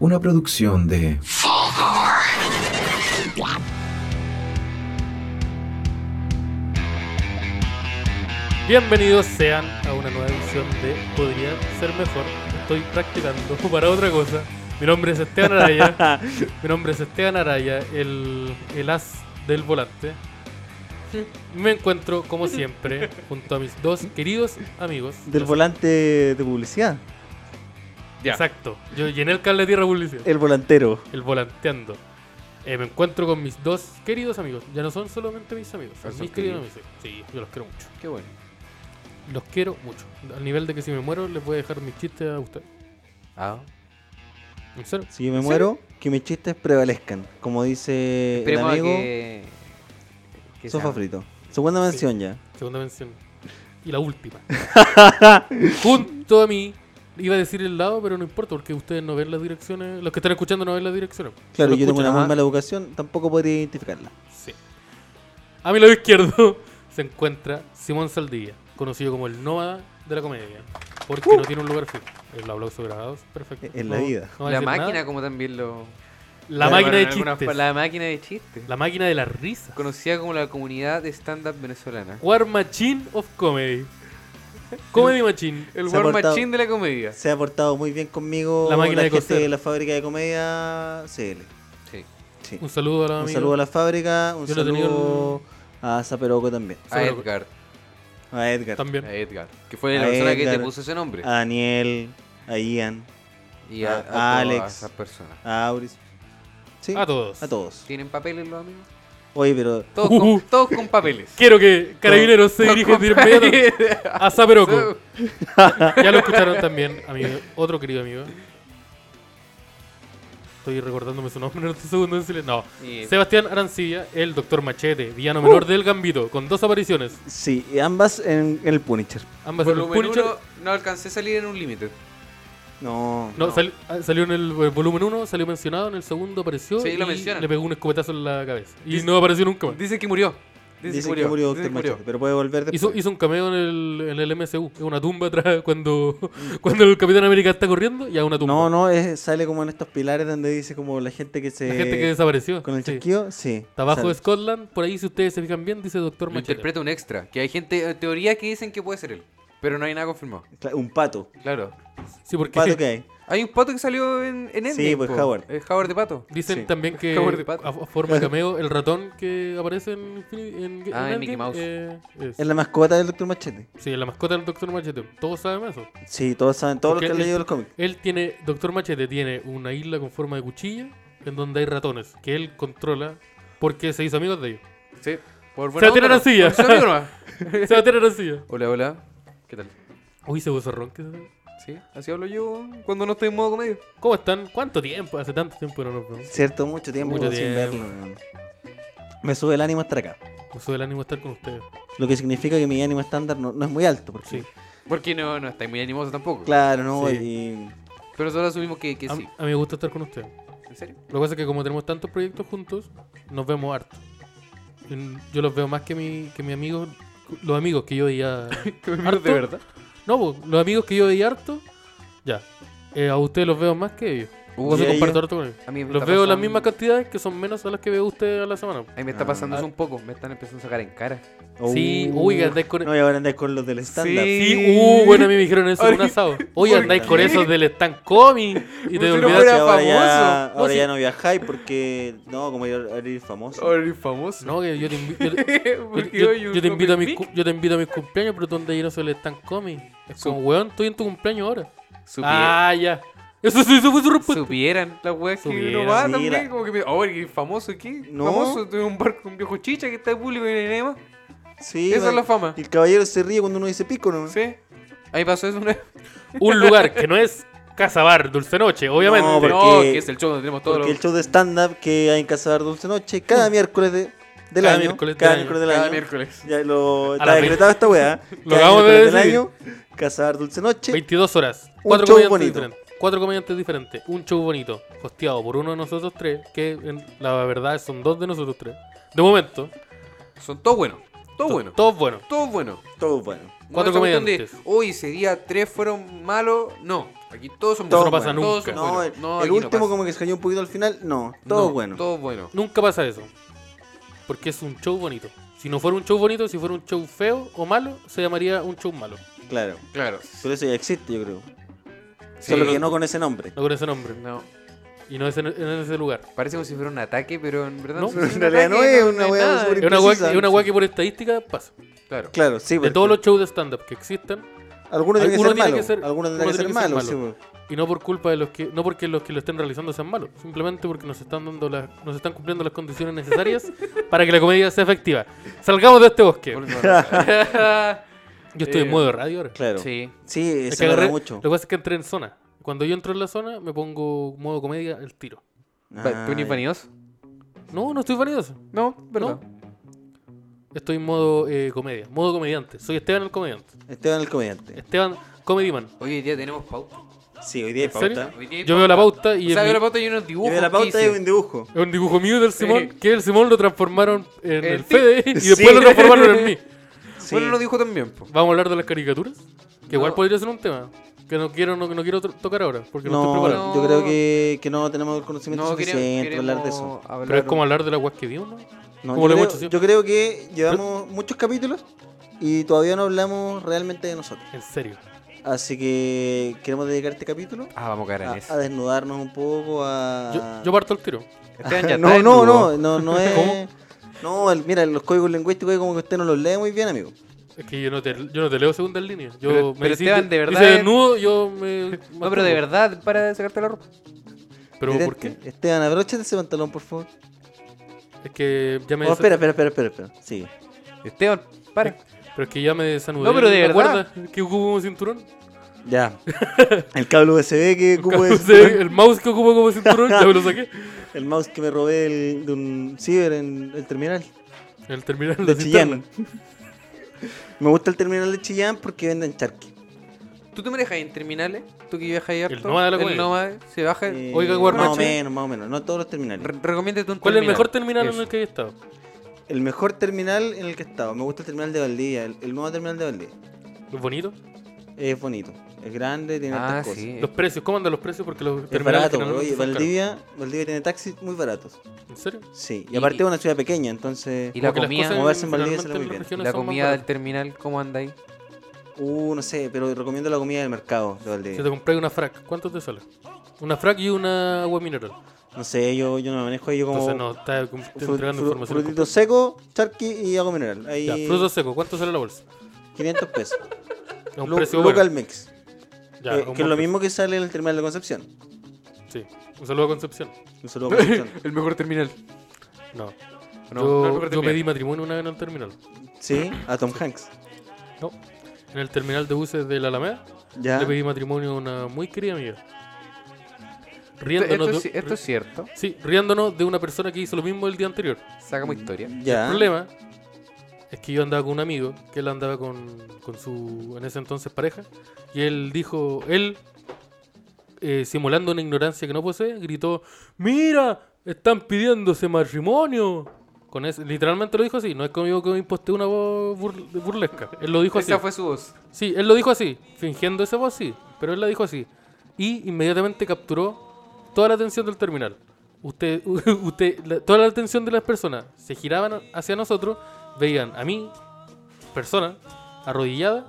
Una producción de... Bienvenidos sean a una nueva edición de Podría Ser Mejor. Estoy practicando para otra cosa. Mi nombre es Esteban Araya. Mi nombre es Esteban Araya, el, el as del volante. Me encuentro, como siempre, junto a mis dos queridos amigos. Del Los- volante de publicidad. Ya. Exacto. Yo llené el cable de tierra publicidad. El volantero. El volanteando. Eh, me encuentro con mis dos queridos amigos. Ya no son solamente mis amigos, son, Ah, son mis queridos amigos. Sí, yo los quiero mucho. Qué bueno. Los quiero mucho. Al nivel de que si me muero, les voy a dejar mis chistes a ustedes. Ah. ¿En serio? Si yo me muero, que mis chistes prevalezcan. Como dice Esperemos a el amigo, que. que Sofa sea- Frito. Segunda mención ya. Segunda mención. Y la última. Junto a mí. Iba a decir el lado, pero no importa, porque ustedes no ven las direcciones. Los que están escuchando no ven las direcciones. Claro, Solo yo tengo escuchan. una muy Ajá. mala educación, tampoco podría identificarla. Sí. A mi lado izquierdo se encuentra Simón Saldivia, conocido como el nómada de la comedia, porque no tiene un lugar fijo. El aplauso grabados, perfecto. Uh. En la No- vida. no va a la decir máquina, nada. como también lo. La lo máquina de llamaron en algunas chistes. pa- La máquina de chistes. La máquina de la risa. Conocida como la comunidad de stand-up venezolana. War Machine of Comedy. Comedy Machine. El Se ha War portado- Machine de la comedia. Se ha portado muy bien conmigo La máquina de gente coser. de la fábrica de comedia CL. Sí. Sí. Un saludo a la Un amiga. saludo a la fábrica, un Yo lo he tenido saludo a Zaperoco también. A Sobre- Edgar. A Edgar, También. A Edgar. Que fue la A persona que Edgar. te puso ese nombre. a Daniel, a Ian, y a, a- a a todas Alex. esas personas. a Auris. Sí, A todos. A todos. ¿Tienen papeles los amigos? Oye, pero Todos, Ujú. con, todos con papeles. Uh. Quiero que Carabineros se dirija de Ah, inmediato a Zaperoco. Ya lo escucharon también, amigo, otro querido amigo. Estoy recordándome su nombre en este segundo en silencio. No. Y- Sebastián Arancilla, el doctor Machete, villano menor del Gambito, con dos apariciones. sí, ambas en, en el Punisher. Ambas en el Volumen Punisher. uno, no alcancé a salir en un límite. No. No, no. sal- ah, salió en el eh, volumen 1, salió mencionado, en el segundo apareció Sí, lo y mencionan. le pegó un escopetazo en la cabeza. Y Dice- no apareció nunca más. Dicen que murió. Dicen, Dicen que murió Doctor Dicen que murió. Machete, pero puede volver después. Hizo, hizo un cameo en el, en el MCU, en una tumba atrás, cuando, cuando el Capitán América está corriendo, y a una tumba. No, no, es- sale como en estos pilares donde dice como la gente que se... La gente que desapareció. eh, Con el sí. chasquido, sí. Está abajo sale. de Scotland, por ahí si ustedes se fijan bien, dice Doctor Lo Machete. interpreta un extra. Que hay gente, en teoría, que dicen que puede ser él. Pero no hay nada confirmado. Cla- Un pato. Claro. Sí, ¿Un porque pato que hay? Hay un pato que salió en, en Sí, Endgame, pues, po. Howard. El Howard de pato. dicen Sí. también que Cover de pato. a, a forma de cameo el ratón que aparece en, Infini- en, Ah, en Mickey Endgame, Mouse. eh, es- Es la mascota del Doctor Machete. Sí, la mascota del Doctor Machete. Todos saben eso. Sí, todos saben, todos los Porque que han él- leído los cómics. Él tiene, Doctor Machete tiene una isla con forma de cuchilla en donde hay ratones que él controla porque se hizo amigo de ellos. Sí. Por Se va a tirar onda, la silla. por ser amigo nomás. Se va a tener así. Hola, hola. ¿Qué tal? Uy, se puso ronque. ¿sabes? Sí, así hablo yo cuando no estoy en modo comedia. ¿Cómo están? ¿Cuánto tiempo? Hace tanto tiempo que no nos vemos. Cierto, mucho tiempo Mucho sin tiempo. verlo. weón. Me sube el ánimo hasta acá. Me sube el ánimo estar con ustedes. Lo que significa que mi ánimo estándar no, no es muy alto. Porque, Sí. Porque no, no estáis muy animosos tampoco. Claro, no, Sí. y... Pero nosotros asumimos que, que A, sí. a mí me gusta estar con ustedes. ¿En serio? Lo que pasa es que como tenemos tantos proyectos juntos, nos vemos harto. Y Yo los veo más que mi, que mis amigos, los amigos que yo veía. ¿Harto? ¿De verdad? No, po, los amigos que yo veía harto, ya. Eh, a ustedes los veo más que ellos. Uh, Yo Y se a comparto ellos- harto con ellos. a mí me Los está veo las pasando- mismas cantidades que son menos a las que veo ustedes a la semana. A mí me está Ah. pasando eso un poco. Me están empezando a sacar en cara. Sí, Uh, uy, que andáis con e- No, y ahora andáis con los del estándar. Sí, uh, bueno, a mí me dijeron eso en un Ahorita- asado. Oye, ¿por andáis qué? con esos del stand comic y te Pero Pero Ahora olvidaste. fuera- ahora ya, famoso. No, ahora sí. ya no viajáis porque no, como ir, ir famoso. Ahora famoso. No, que yo te, invi- yo- yo- Porque yo- hoy un yo te invito a Comic mis, Vic. cu- yo te invito a mis cumpleaños, pero ¿dónde ir eso del stand comic? Es Su- como, weón, estoy en tu cumpleaños ahora. Supiera- Ah, ya. Eso, eso, eso fue su Pues, respuesta. supieran las weas que Supieran. uno va Sí, también, la- como que me- oh, qué famoso aquí, No. famoso, tuve un barco, un viejo chicha que está de público en el enema, Sí, esa va- es la fama, El caballero se ríe cuando uno dice pico, ¿no? ¿sí? Ahí pasó eso una vez. Un lugar que no es Casa Bar, Dulce Noche, obviamente. No, porque- No, que es el show donde tenemos todos Porque los... el show de stand-up que hay en Casa Dulce Noche cada miércoles de- del Cada año. miércoles del cada año. miércoles del Uh. Cada año. miércoles. Ya lo la está vez. decretado esta weá. Lo cada acabamos de miércoles del decir. año, Casa Dulce Noche. 22 horas. Un Cuatro show comediantes bonito. diferentes. Cuatro comediantes diferentes. Un show bonito. Hosteado por uno de nosotros tres. Que en- la verdad son dos de nosotros tres. De momento. Son todos buenos, todos to- buenos, Todos buenos. todos buenos. Todo bueno. No Cuatro esa cuestión de, comediantes. Hoy ese día tres fueron malos, no, Aquí todos son Todo buenos. bueno. Todos son Nunca. No, buenos. el, No, el aquí no último pasa. como que se cayó un poquito al final, no, todo No, bueno. Todo bueno. Nunca pasa eso. Porque es un show bonito. Si no fuera un show bonito, si fuera un show feo o malo, se llamaría un show malo. Claro, Claro. pero eso ya existe, yo creo. Sí, Solo no- que no con ese nombre. No con ese nombre. No. Y no es en, en ese lugar. Parece como si fuera un ataque, pero en verdad No, sé si en un realidad no ataque, es una wea nada. súper Es una, Precisa. guay, una guay que por estadística pasa. Claro. Claro, sí, De porque todos los shows de stand-up que existen, algunos tienen que alguno tiene ser que malos, ser- algunos tienen uno que ser tiene que ser malos, malo. sí, y no por culpa de los que. No porque los que lo estén realizando sean malos. Simplemente porque nos están dando las, nos están cumpliendo las condiciones necesarias para que la comedia sea efectiva. Salgamos de este bosque. Por favor. Yo estoy en Eh, modo radio ahora. claro. Sí, Sí. Es se que agarra agarré- mucho. Lo que pasa es que entré en zona. Cuando yo entro en la zona, me pongo modo comedia al tiro. Ah, Va- ¿Tú ni Ay. vanidoso? No, no estoy vanidoso. No, ¿verdad? Estoy en modo eh, comedia, modo comediante. Soy Esteban el comediante. Esteban este el comediante. Esteban Comedy Man. Hoy día tenemos pauta. Sí, hoy día hay ¿En serio? pauta. Hoy día hay Yo veo la pauta O y sea, en veo mi- la pauta y unos dibujos. Yo veo la que pauta y hice. un dibujo. es un dibujo mío del Simón, que el Simón lo transformaron en el, El Fede y después Sí. lo transformaron en mí. Sí. Bueno, lo dijo también. po. Vamos a hablar de las caricaturas, que igual No. podría ser un tema. Que no quiero, no, no quiero to- tocar ahora, porque no, estoy No, preparado. preparado. yo creo que, que no tenemos el conocimiento No, quere- suficiente para queremos hablar de eso. hablar Pero es un- como hablar de la guas que vimos, ¿no? No, como lo hemos yo, creo, hecho siempre. yo creo que llevamos muchos capítulos y todavía no hablamos realmente de nosotros. En serio. Así que queremos dedicar este capítulo Ah, vamos a caer en a, eso. a desnudarnos un poco, Yo, Ah. a... yo parto el tiro. Esteban ya no, está pues, no, desnudo. no, no, no es... ¿Cómo? No, el- mira, los códigos lingüísticos como que usted no los lee muy bien, amigo. Es que yo no te, yo no te leo segunda línea. Yo Pero- me pero decís- Esteban, de dice verdad es- desnudo, yo me. No, pero de verdad, para de sacarte la ropa. ¿Pero por qué? Detente. Esteban, abróchate ese pantalón, por favor. Es que ya me. Oh, desa- espera, espera, espera, espera, espera. Sigue. Esteban, para. Pero es que ya me desanudé. No, pero de ¿Te verdad. acuerdas Que ocupo como cinturón. Ya. el cable USB que ocupo Pues, de- El mouse que ocupo como cinturón, ya me lo saqué. El mouse que me robé del- de un ciber en el terminal. En el terminal De la Chillán. cisterna. Me gusta el terminal de Chillán porque venden charqui. ¿Tú te manejas en terminales? ¿Tú que viajas ahí harto? nómada de la El comedia. nómada se baja. Eh, oiga, Más o Guarmache. menos, más o menos. No todos los terminales. Re- Recomiéndate un ¿Cuál es el terminal. mejor terminal Eso. en el que he estado? El mejor terminal en el que he estado. Me gusta el terminal de Valdivia. El, el nuevo terminal de Valdivia. ¿Los bonitos? Es bonito. Es grande, tiene Ah, hartas cosas. sí. Los precios, ¿cómo andan los precios? Porque los Es terminales barato. generalmente Oye, son caros. Valdivia, Valdivia tiene taxis muy baratos. ¿En serio? Sí. Y, Y- aparte es una ciudad pequeña, entonces... y la Porque las comida- cosas Moverse en Valdivia sale generalmente muy en bien. las regiones La, son más comida del baratas. terminal, ¿cómo anda ahí? Uh, no sé, pero recomiendo la comida del mercado de Si Valdivia. te compras una frac, ¿cuánto te sale? Una frac y una agua mineral. No sé, yo, yo no me manejo ahí yo como... Entonces no, está com- fru- te entregando fru- información. frutito seco, charqui y agua mineral. Ahí Ya, frutos secos, ¿cuánto sale la bolsa? 500 pesos. Es un Lo- precio local bueno. mix. Ya, Eh, un buen que es lo precio. mismo que sale en el terminal de Concepción. Sí. Un saludo a Concepción. Un saludo a Concepción. el mejor terminal. No. yo, No, no el mejor yo terminal. pedí matrimonio una vez en el terminal. sí, a Tom Hanks. No. En el terminal de buses de la Alameda Ya. le pedí matrimonio a una muy querida amiga. Esto, Riéndonos esto de, es, esto es cierto. Sí, riéndonos de una persona que hizo lo mismo el día anterior. Sacamos Mm. historia. El Ya. problema es que yo andaba con un amigo, que él andaba con, con su, en ese entonces, pareja, y él dijo, él, eh, simulando una ignorancia que no posee, gritó, mira, están pidiéndose matrimonio. Con ese- literalmente lo dijo así, no es conmigo que me imposté una voz burl- burlesca. Él lo dijo así. Esa fue su voz. Sí, él lo dijo así, fingiendo esa voz, sí, pero él la dijo así. Y inmediatamente capturó toda la atención del terminal. Usted, usted, la- toda la atención de las personas se giraban hacia nosotros, veían a mí, persona, arrodillada,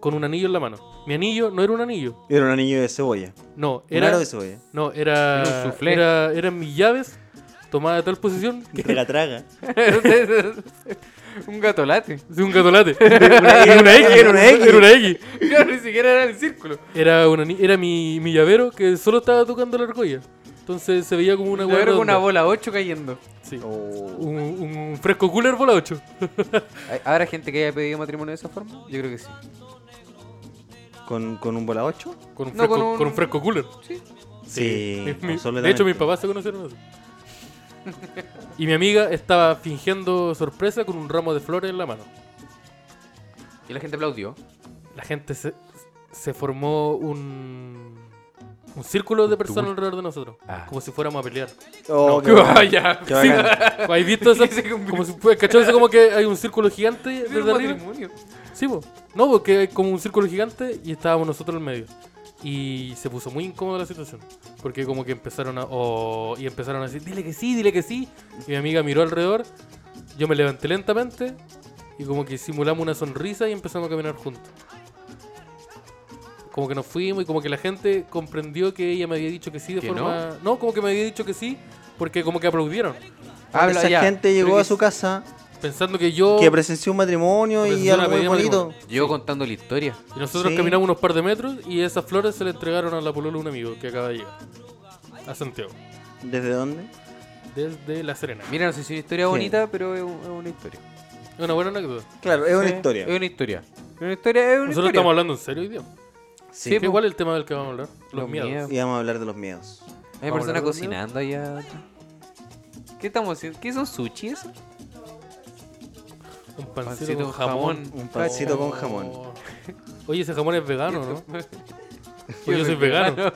con un anillo en la mano. Mi anillo no era un anillo, Era un anillo de cebolla. no, Era... era, de cebolla. no, Era un era, soufflé. era, eran mis llaves tomadas de tal posición que Traga, traga. un gato late. de un gatolate. Era una X, era una X. Era una X. Claro, ni siquiera era el círculo. Era, una, ni- era mi, mi llavero que solo estaba tocando la argolla. Entonces se veía como una Yo hueá creo que una redonda. bola 8 cayendo. Sí. Oh. Un, un fresco cooler bola 8. ¿Hay- ¿Habrá gente que haya pedido matrimonio de esa forma? Yo creo que sí. ¿Con, ¿Con un bola 8? Con un No, fresco, con un- con un fresco cooler. Sí. Sí. Mi- mi- de absolutamente. hecho, mis papás se conocieron así. Y mi amiga estaba fingiendo sorpresa con un ramo de flores en la mano. Y la gente aplaudió. La gente se, se formó un, un círculo de personas alrededor de nosotros. Ah. Como si fuéramos a pelear. Oh, qué bacán. Vaya. Qué bacán. ¿Has visto eso? Se convirtió- como si fuera- ¿cachai? Eso como que hay un círculo gigante desde arriba. matrimonio. Sí, po. No, porque hay como un círculo gigante y estábamos nosotros en medio. Y se puso muy incómoda la situación. Porque como que empezaron a... o- y empezaron a decir, dile que sí, dile que sí. Y mi amiga miró alrededor. Yo me levanté lentamente. Y como que simulamos una sonrisa y empezamos a caminar juntos. Como que nos fuimos y como que la gente comprendió que ella me había dicho que sí de ¿Que forma... No? como que me había dicho que sí porque como que aplaudieron. Habla Esa ya. gente llegó Creo a que su casa, Pensando que yo... que presenció un matrimonio y Presenció una algo muy pedida de bonito. matrimonio. Yo contando la historia. Y nosotros Sí. caminamos unos par de metros y esas flores se le entregaron a la polola de un amigo que acaba de llegar. A Santiago. ¿Desde dónde? Desde La Serena. Mira, no sé si es una historia Sí. bonita, pero es, un- es una historia. Es una buena anécdota. Claro, es una Sí, historia. Es una historia. Es una historia, es una Nosotros historia. estamos hablando en serio hoy día. Sí. ¿Qué- ¿Cuál es el tema del que vamos a hablar? Los, Los miedos. miedos. Y vamos a hablar de los miedos. Hay Vamos a personas hablar de miedo. cocinando allá. ¿Qué estamos haciendo? ¿Qué son sushi eso? Un pancito, con jamón. Un pancito con jamón. Oh. Oye, ese jamón es vegano, Ah, ¿no? Oye, yo soy vegano.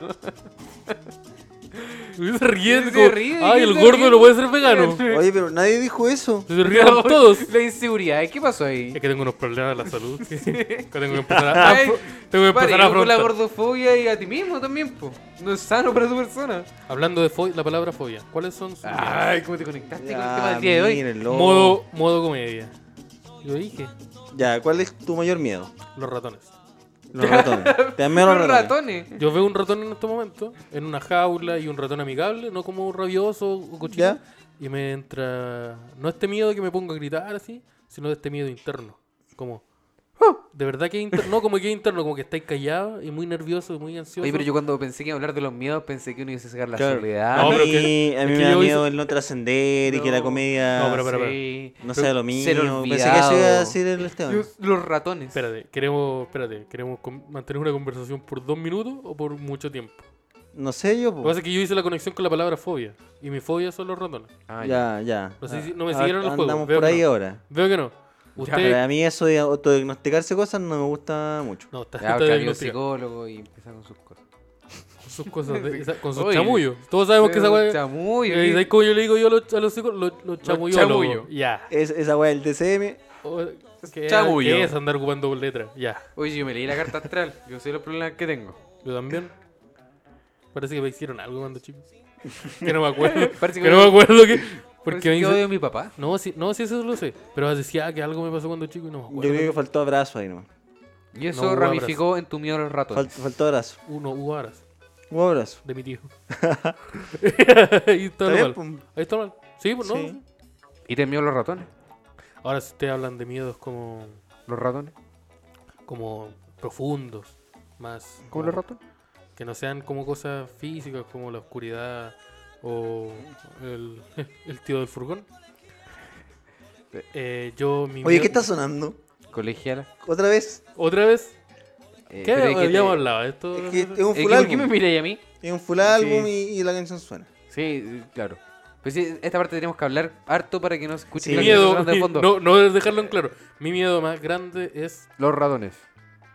Se ríen Se como, ríen, Ay, se el gordo ríen". no puede ser vegano. Oye, pero nadie dijo eso. Se rieron todos. La inseguridad, ¿qué pasó ahí? Es que tengo unos problemas de la salud. que tengo que empezar a, Ay, afro- tengo que empezar a Pare, con la afrontar. gordofobia y a ti mismo también, po. No es sano para tu persona. Hablando de fo- la palabra fobia, ¿cuáles son sus miedos? Ay, ¿cómo te conectaste con este el tema Ya, del día de hoy? mírenlo. modo, modo comedia? Lo dije, Ya, ¿cuál es tu mayor miedo? los ratones. Los ratones. Te dan miedo los Los ratones. ratones. Yo veo un ratón en este momento, en una jaula y un ratón amigable, no como un rabioso o cochino. Ya. Y me entra, no este miedo de que me ponga a gritar así, sino de este miedo interno. Como, "Ah", de verdad que es interno, no como que es interno, como que estáis callados y muy nervioso y muy ansioso. Oye, pero yo cuando pensé que iba a hablar de los miedos, pensé que uno iba a sacar la Claro. soledad. No, a pero mí, que- a mí es que me da yo hice- miedo el no trascender y que la No. comedia No, pero- pero- pero- Sí. no sea lo mío. Ser Pensé que eso iba a olvidado. decir el Esteban. Los- Los ratones. Espérate, queremos, espérate, queremos con- mantener una conversación por dos minutos o por mucho tiempo. No sé yo, Lo po. que pasa es que yo hice la conexión con la palabra fobia. Y mi fobia son los ratones. Ah, Ya, ya. No sé si- no me Ah, siguieron los juegos, Andamos veo por que ahí no. ahora. Veo que no. Usted. Pero a mí eso de autodiagnosticarse cosas no me gusta mucho. No, está Ya, está porque había un diagnosticado. psicólogo y empieza con sus cosas. Con sus cosas. de- esa- con sus Oye. chamullos. Todos sabemos que esa Pero weá. chamuyo, Eh, ¿qué? ¿Sabes cómo yo le digo yo a los, a los psicólogos? Los, los chamuyólogos. chamullos. Ya. Es, esa weá del TCM. O- ¿Qué, Chamullo. qué es andar ocupando letras? Ya. Oye, yo me leí la carta astral. Yo sé los problemas que tengo. Yo también. Parece que me hicieron algo cuando chico. Que no me acuerdo. Parece que que no me- me acuerdo que. Porque Porque me Pues yo dice. odio a mi papá. No, sí, no, sí, eso lo sé. Pero decía que algo me pasó cuando chico y no me Yo acuerdo. creo que faltó abrazo ahí nomás. Y eso No, un ramificó en tu miedo a los Fal- ratones. faltó abrazo. Uno, hubo horas. Un abrazo. de mi tío. Ahí está, Está lo mal. bien, pum. Ahí está mal. Sí, pues no. Sí. Y te miedo a los ratones. Ahora si ustedes hablan de miedos como, Los ratones. como profundos, más ¿Cómo los ratones? que no sean como cosas físicas como la oscuridad o el, el tío del furgón. Eh, yo mi Oye, miedo- ¿qué está sonando? Colegiala. ¿Otra vez? otra vez Eh, ¿qué pero es que te- habíamos hablado de esto? Es que es un Eh, full ¿Por qué me álbum. miráis a mí? Es un full álbum y, y la canción suena. Sí, eh, claro. Pues sí, esta parte tenemos que hablar harto para que no se escuche Sí. la mi gente miedo, sonando de mi- fondo. no, no es dejarlo en claro. Mi miedo más grande es Los ratones.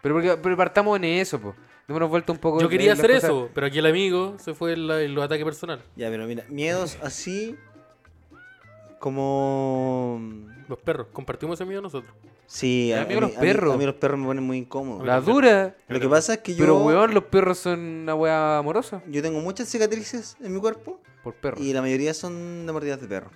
Pero, porque, pero partamos en eso, po. No hemos vuelto un poco. yo en quería las hacer cosas- eso, pero aquí el amigo se fue en, la- en los ataques personales. Ya, pero mira, miedos así como... Los perros, compartimos ese miedo nosotros. Sí, A mí los a perros. a mí los perros me ponen muy incómodos. La dura. Lo que pasa es que yo, Pero, weón, los perros son una weá amorosa. yo tengo muchas cicatrices en mi cuerpo Por perro. y la mayoría son de mordidas de perro.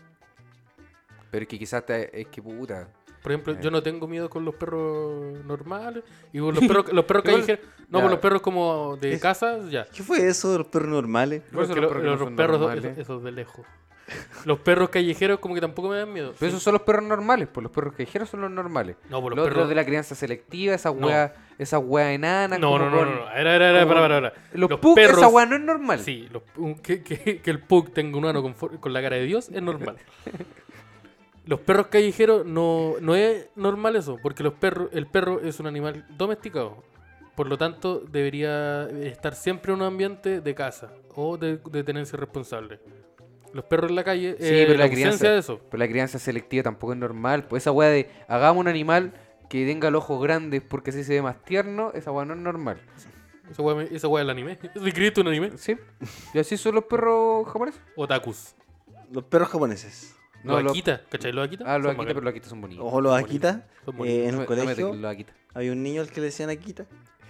Pero es que quizás te- es que puta. Por ejemplo, Eh. yo no tengo miedo con los perros normales. Y con los perros, los perros Igual- callejeros. No, Ya. con los perros como de casa, ya. ¿Qué fue eso de los perros normales? Por eso Porque lo- los perros los, no son perros, normales. esos, esos de lejos. Los perros callejeros como que tampoco me dan miedo. Pero esos son los perros normales, pues los perros callejeros son los normales. No, por los los otros perros- de la crianza selectiva, esa No. weá, esa weá enana. no, como no, no, con- no, no. Era, era, era, como- para, para, para. Los, pug, esa weá no es normal. Sí, los- un- que, que- que el pug tenga un ano con, for- con la cara de Dios es normal. Los perros callejeros no, no es normal eso, porque los perros, el perro es un animal domesticado. Por lo tanto, debería estar siempre en un ambiente de casa o de, de tenencia responsable. Los perros en la calle, Sí, eh, pero la la ausencia crianza. de eso. Pero Pues la crianza selectiva tampoco es normal. Pues esa weá de hagamos un animal que tenga los ojos grandes porque así se ve más tierno, esa weá no es normal. Esa hueá me- esa hueá del anime. ¿Es de Cristo un anime? ¿Sí? ¿Y así son los perros japoneses? Otakus. Los perros japoneses. No, los- los Akita, ¿cachai? Los Akita. Ah, los son Akita, bacanes. pero los Akita son bonitos. Ojo, los Akita. Son eh, bonitos. en No el me- no me colegio toquen los Akita. había un niño al que le decían Akita.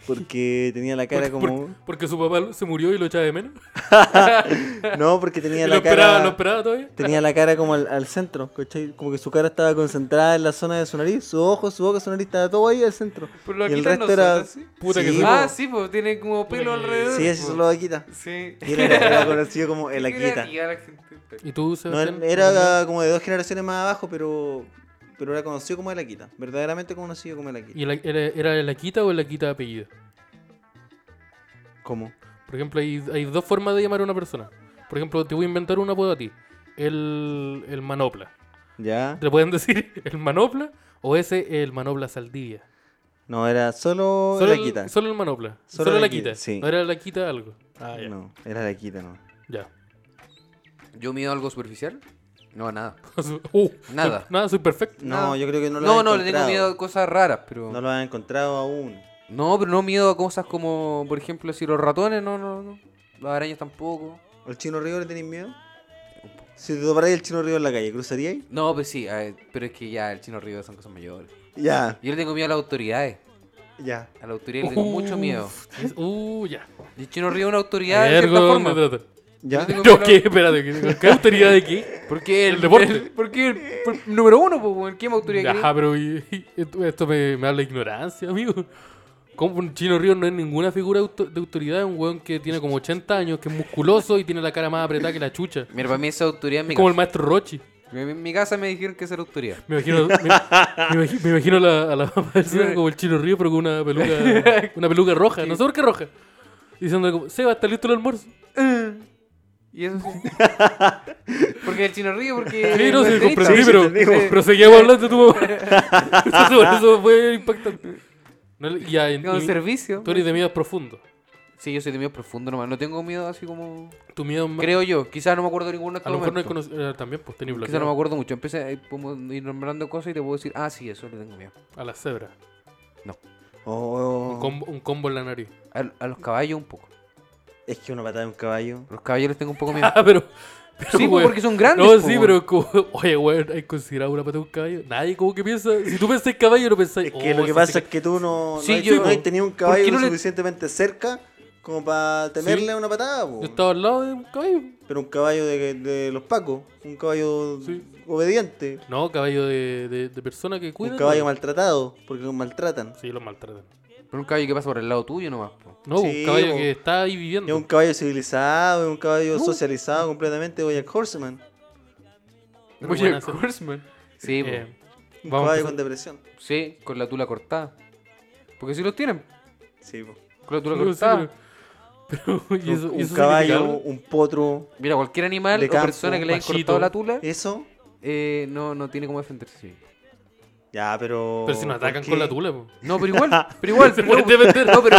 Porque tenía la cara Porque, como. porque- porque su papá se murió y lo echaba de menos. No, porque tenía Y lo la esperaba, lo cara. esperaba todavía. Tenía la cara como al, al centro, ¿cachai? Como que su cara estaba concentrada en la zona de su nariz, su ojo, su boca, su nariz, estaba todo ahí al centro. Pero lo y el quitan resto era. nosotros, ¿sí? Puta que sí, soy. po. Ah, sí, pues tiene como pelo Sí. alrededor. Sí, así po. solo la vaquita. Sí. Y era, era conocido como el Aquita. creativa la gente. ¿Y tú, No, Sebastián? él era como de dos generaciones más abajo, pero, pero era conocido como el Aquita. Verdaderamente conocido como el Aquita. ¿Y el- era, era el Akita o el Akita de apellido? ¿Cómo? Por ejemplo, hay, hay dos formas de llamar a una persona. Por ejemplo, te voy a inventar un apodo a ti. El, el manopla. ¿Ya? Te le pueden decir el manopla o ese el manopla saldivia. No, era solo, Solo el Aquita. el, solo el manopla. Solo, Solo el la Akita, quita. sí. No era la quita algo. Ah, ya. No, era el Aquita, no. Ya. ¿Yo mido algo superficial? No, nada. Uh, Nada. soy- nada, soy perfecto. No, Nada. yo creo que no lo No, has no, le tengo encontrado. miedo a cosas raras, pero. No lo has encontrado aún. No, pero no miedo a cosas como, por ejemplo, si los ratones, no, no, no. Los arañas tampoco. ¿Al chino río le tenéis miedo? Si te toparais el chino río en la calle, ¿cruzaríais? No, pues sí, a ver, pero es que ya el chino río son cosas mayores. Ya, Yo le tengo miedo a las autoridades. ya. A la autoridad le tengo mucho miedo. Uh, ya. Y el chino río es una autoridad de Ergo, cierta ¿dónde forma. trata? ¿Ya? Yo Yo creo- qué, espérate. ¿qué- ¿Qué autoridad de qué? Porque El deporte. porque el, por- número uno, pues, ¿qué más autoridad Ajá, querés? pero y- y esto, esto me, me habla de ignorancia, amigo. Como un chino río no es ninguna figura auto- de autoridad, es un weón que tiene como 80 años, que es musculoso y tiene la cara más apretada que la chucha. Mira, para mí esa autoridad es mi Es como el casa. maestro Rochi. En en mi casa me dijeron que esa era autoridad. Me imagino, me, me imagi- me imagino la- a la mamá del Seba como el chino río, pero con una peluca, una peluca roja, no sé por qué roja. Diciendo como, Seba, ¿está listo el almuerzo? Y eso sí. porque el chino río, porque. Sí, no, sí, porque- comprendí, sí, pero, te digo. pero seguíamos hablando de tu mamá. eso, eso fue impactante. No, le- ya, y- Con y- servicio. tú eres de miedos profundos. Sí, yo soy de miedo profundo nomás. No tengo miedo así como. Tu miedo más... Creo yo. Quizás no me acuerdo de ninguno. A lo mejor no he conocido eh, también, pues tenía Quizás no me bloqueado acuerdo mucho. Empecé a ir nombrando cosas y te puedo decir, ah, sí, eso le tengo miedo. a la cebra. Un Oh, combo, un combo en la nariz. A, a los caballos un poco. es que una patada de un caballo. A los caballos les tengo un poco miedo. Ah, pero. pero, sí, pues, weón. porque son grandes. No, pues, sí, weón. pero como, oye, weón, ¿hay considerado una pata de un caballo? Nadie como que piensa. Si tú pensás en caballo, no pensás. Es que oh, lo que ese pasa se- es que tú no, Sí, no, has- yo- no has tenido un ¿por qué caballo no le- suficientemente cerca como para temerle Sí. una patada, po. Yo estaba al lado de un caballo. pero un caballo de, de los pacos, un caballo Sí. obediente, No, caballo de, de, de persona que cuida. un caballo maltratado, porque los maltratan. Sí, lo maltratan. Pero un caballo que pasa por el lado tuyo nomás. po. No, Sí, un caballo po. que está ahí Es viviendo. un caballo civilizado, es un caballo No. socializado completamente, Boyack Horseman, Muy buena esa. Sí, po. Eh, un Vamos a caballo empezar. con depresión. sí, con la tula cortada. Porque si los tienen, Sí, po. con la tula no sé, cortada. pero, pero, ¿y eso, un, y un eso caballo, significa algo? un potro, Mira, cualquier animal De o campo, persona que le hayan machito. cortado la tula, eso, eh, no, no tiene cómo defenderse. sí. ya, pero... Pero si nos ¿por atacan qué? con la tula, po. No, pero igual, pero igual. Se no, puede defender. no, pero,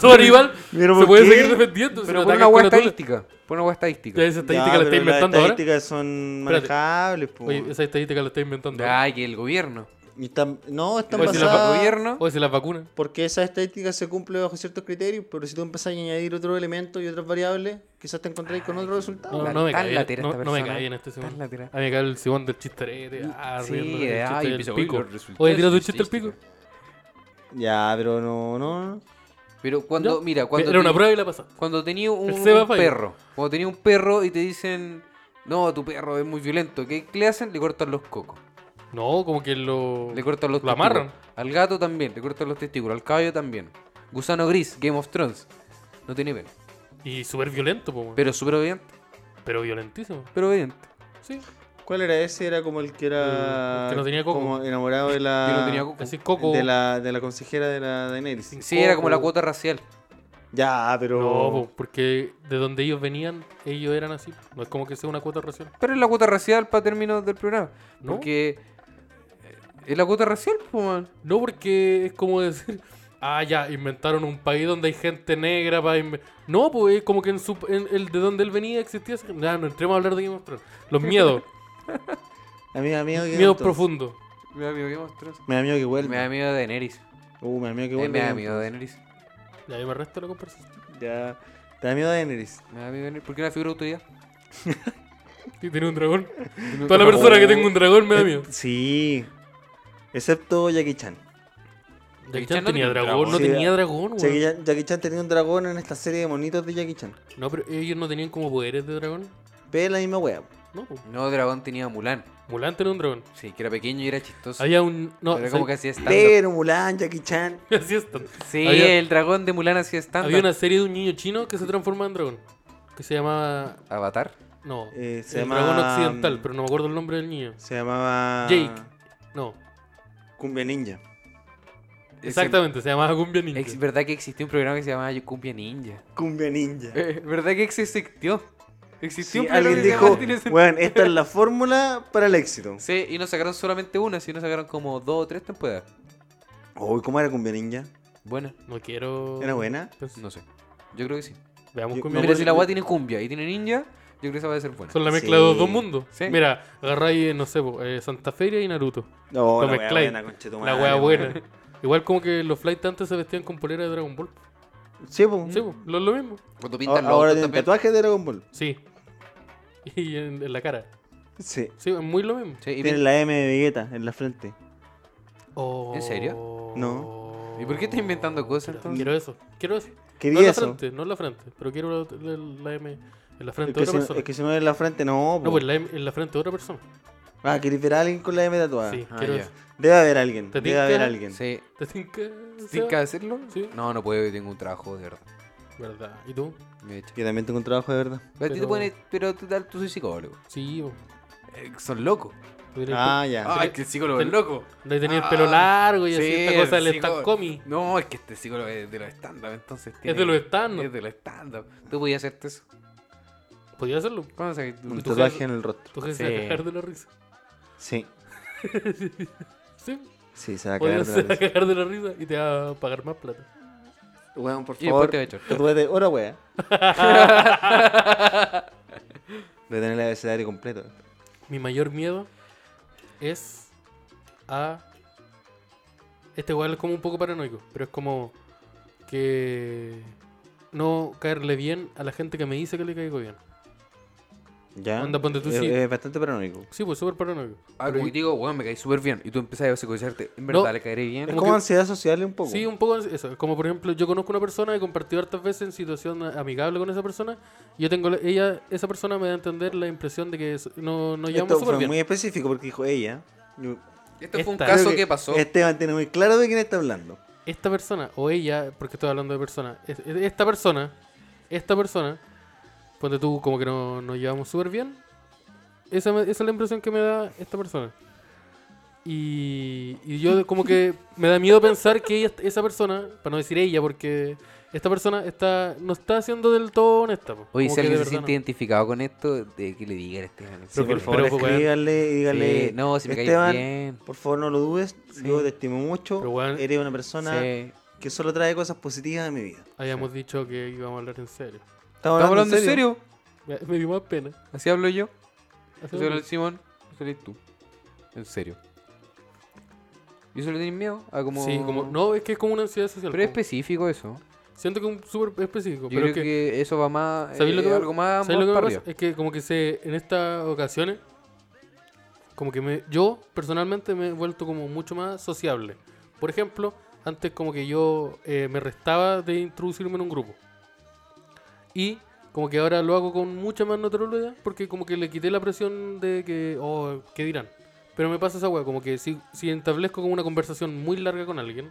Todo rival Pero se ¿por puede qué? seguir defendiendo. si pero nos por atacan una con hueá la tula. estadística. Por una hueá estadística. Ya, esa estadística Ya, la está pero inventando Las ahora. estadísticas son Espérate. manejables, po. Oye, esa estadística la está inventando ahora. Ay, que el gobierno. Y están- no, están Pues Oye, Pues si la pa- basadas- gobierno. Oye, si las vacunas. Porque esa estadística se cumple bajo ciertos criterios, pero si tú empezás a añadir otros elementos y otras variables, quizás te encontréis con otro resultado. No, La- no me tan cae. latera No, esta no me persona, cae en este tan segundo. A mí latera. me cae el segundo del chisterete. Ah, Sí, riendo del eh, chiste ay, del empieza, oye, pico. los resultados Oye, tírate un de chiste al pico. estadística. Ya, pero no, no. Pero cuando, Ya. mira, cuando. Era una te- prueba y la pasaste. Cuando tenía un, El Seba un falla. perro. Cuando tenía un perro y te dicen, no, tu perro es muy violento. ¿Qué le hacen? Le cortan los cocos. No, como que lo. Le cortan los Lo testículos. amarran. Al gato también, le cortan los testículos. Al caballo también. Gusano gris, Game of Thrones. No tiene pelo. Y súper violento, po, weón. Pero súper obediente. Pero violentísimo. Pero obediente. Sí. ¿Cuál era ese? Era como el que era. El que no tenía coco. Como enamorado de la. Yo no tenía coco. Así coco. De la, de la consejera de la Daenerys. sin Sí, era como la coco. cuota racial. Ya, pero. No, po, porque de donde ellos venían, ellos eran así. No es como que sea una cuota racial. Pero es la cuota racial para términos del programa. ¿No? Porque. eh, Es la cuota racial, pues, po, man. No, porque es como decir, ah, ya, inventaron un país donde hay gente negra para... inve-". No, pues es como que en, su, en el de donde él venía existía... esa- Ya, no entremos a hablar de Game of Thrones. Los miedos, A mí me da miedo que. miedos entonces. profundos. Me da miedo Game of Thrones. Me da miedo que vuelva. Me da miedo de Daenerys. Uh, me da miedo que Eh, vuelva. Me da Game miedo of de Daenerys. Y ahí me resto la conversación. Thrones. Ya. Te da miedo Daenerys. Me da miedo de Daenerys. Porque es una figura de autoridad. Y tiene un dragón. Toda la persona que tenga un dragón me da miedo. Sí. Excepto Jackie Chan. Jackie Chan Jackie Chan no tenía tenía un dragón, no dragón. Sí, tenía dragón, Jackie weón. Chan- Jackie Chan tenía un dragón en esta serie de monitos de Jackie Chan. No, pero ellos no tenían como poderes de dragón. Ve la misma wea. No, pues. No, Dragón tenía Mulan. Mulan tenía un dragón. Sí, que era pequeño y era chistoso. Había un. No, Pero ¿sabes? como que hacía stand-up. Pero Mulan, Jackie Chan. Así es tan- Sí, Había- el dragón de Mulan hacía stand-up. Había una serie de un niño chino que se transformaba en dragón. Que se llamaba. Avatar. No. Eh, se el llama- dragón occidental, pero no me acuerdo el nombre del niño. Se llamaba. Jake. No. Cumbia Ninja. Ese- Exactamente, se llamaba Cumbia Ninja. Es verdad que existió un programa que se llamaba Cumbia Ninja. Cumbia Ninja. Eh, ¿Verdad que existió? Sí, Existió un programa alguien que se llamaba dijo, Tiene Sentido. bueno, esta es la fórmula para el éxito. Sí, y no sacaron solamente una, sino sacaron como dos o tres temporadas. Uy, ¿cómo era Cumbia Ninja? Buena, No quiero. ¿Era buena? Pues, no sé. Yo creo que sí. Veamos Yo- Cumbia No, Mira, Ninja. si la weá tiene cumbia y tiene ninja, yo creo que esa va a ser buena. Son la mezcla de los Sí. dos mundos. Sí. Mira, agarráis, eh, no sé, po, eh, Santa Feria y Naruto. No, Lo la wea mezcláis. buena, conchetumare, La wea weón. buena. Igual como que los flights antes se vestían con polera de Dragon Ball. Sí, pues. Sí, po, Mm. lo, lo mismo. Cuando ahora pintan los ahora autos tienen también. tatuajes de Dragon Ball. Sí. Y en, en la cara. Sí. Sí, es muy lo mismo. Sí, y, Tienen pin- la M de Vegeta en la frente. Oh. ¿En serio? No. ¿Y por qué estás inventando cosas, Quiero- entonces? Oh, Quiero eso, quiero eso. ¿Qué No en vi la eso? frente, no en la frente, pero quiero la, la- la M en la Es frente de que, otra si, no- persona. es que si no es la frente, no. po. No, pues la M en la frente de otra persona. Ah, ¿querés ver a alguien con la M tatuada? Sí, ah, quiero ya. eso. Debe haber alguien. ¿Te Debe haber tinca? alguien. sí. ¿Te tinca? ¿Tienes que Seba? hacerlo? Sí. No, no puedo, tengo un trabajo de verdad. ¿Verdad? ¿Y tú? Me echa. Yo también tengo un trabajo de verdad. Pero, a ti te Pero- ponen- pero tú, tú soy psicólogo. Sí, bo. Eh, son locos. Tú tenés Ah, ya. Ah, es que el psicólogo es Ten- loco. De tener Ah, pelo largo y así, sí, esta cosa el del psicólogo. stand comi. No, es que este psicólogo es de los stand-up, entonces. tiene- de los stand-up. Es de los stand-up. Tú podías hacerte eso. Podía hacerlo. ¿Cómo se Un tu jefe- tatuaje en el rostro. Tu jefe se Sí. va a cagar de la risa. Sí. Sí, Sí, se va a caer podías de la risa. cagar de la risa y te va a pagar más plata. Weón, por Y después favor. te va a echar. Tatúate ahora, wea. Voy a tener el abecedario completo. Mi mayor miedo es a. Este igual es como un poco paranoico, pero es como que no caerle bien a la gente que me dice que le caigo bien. ¿Ya? Onda, ponte tú, es, sí. es bastante paranoico. Sí, pues súper paranoico. Ah, como que te digo, weón, me caí súper bien. Y tú empezás a psicologizarte. En No. verdad, le caeré Es bien. Como como que- ansiedad social un poco. Sí, un poco eso. Como por ejemplo, yo conozco una persona, he compartido hartas veces en situación amigable con esa persona. Y yo tengo, la- ella, esa persona me da a entender la impresión de que so- no, no llevamos Esto Este fue súper bien. muy específico porque dijo ella. Yo- Este fue un Esta. caso creo que, pasó. Esteban tiene muy claro de quién está hablando. Esta persona, o ella, porque estoy hablando de persona, es- es- esta persona, esta persona, ponte tú como que no, nos llevamos súper bien. Esa, me- esa es la impresión que me da esta persona. Y, y yo como que me da miedo pensar que ella- esa persona, para no decir ella, porque esta persona está no está siendo del todo honesta. po. Oye, Como si que de alguien se verdad siente no. identificado con esto, de que le diga a Esteban. Sí, por pero- favor, pero, weón. escríbanle y díganle. Sí, no, si me caes Esteban, bien". "Este Por favor, no lo dudes. Yo te estimo mucho. Pero, weón, Eres una persona Sí. que solo trae cosas positivas a mi vida. Habíamos dicho que íbamos a hablar en serio. ¿Estamos hablando en serio? Me, me dio más pena. Así hablo yo. Así Yo soy el Simón. Yo soy tú. En serio. ¿Y eso le tenés miedo? A como... Sí, como, no, es que es como una ansiedad social. Pero es como- específico eso. Siento que es un súper específico. Yo pero creo es que, que... eso va más. ¿Sabéis lo eh, que me- algo más, ¿Sabes más lo que me para pasa? arriba. Es que como que se, en estas ocasiones, como que me, yo personalmente me he vuelto como mucho más sociable. Por ejemplo, antes como que yo eh, me restaba de introducirme en un grupo. Y como que ahora lo hago con mucha más naturalidad porque como que le quité la presión de que, oh, ¿qué dirán? Pero me pasa esa weá, como que si, si establezco como una conversación muy larga con alguien,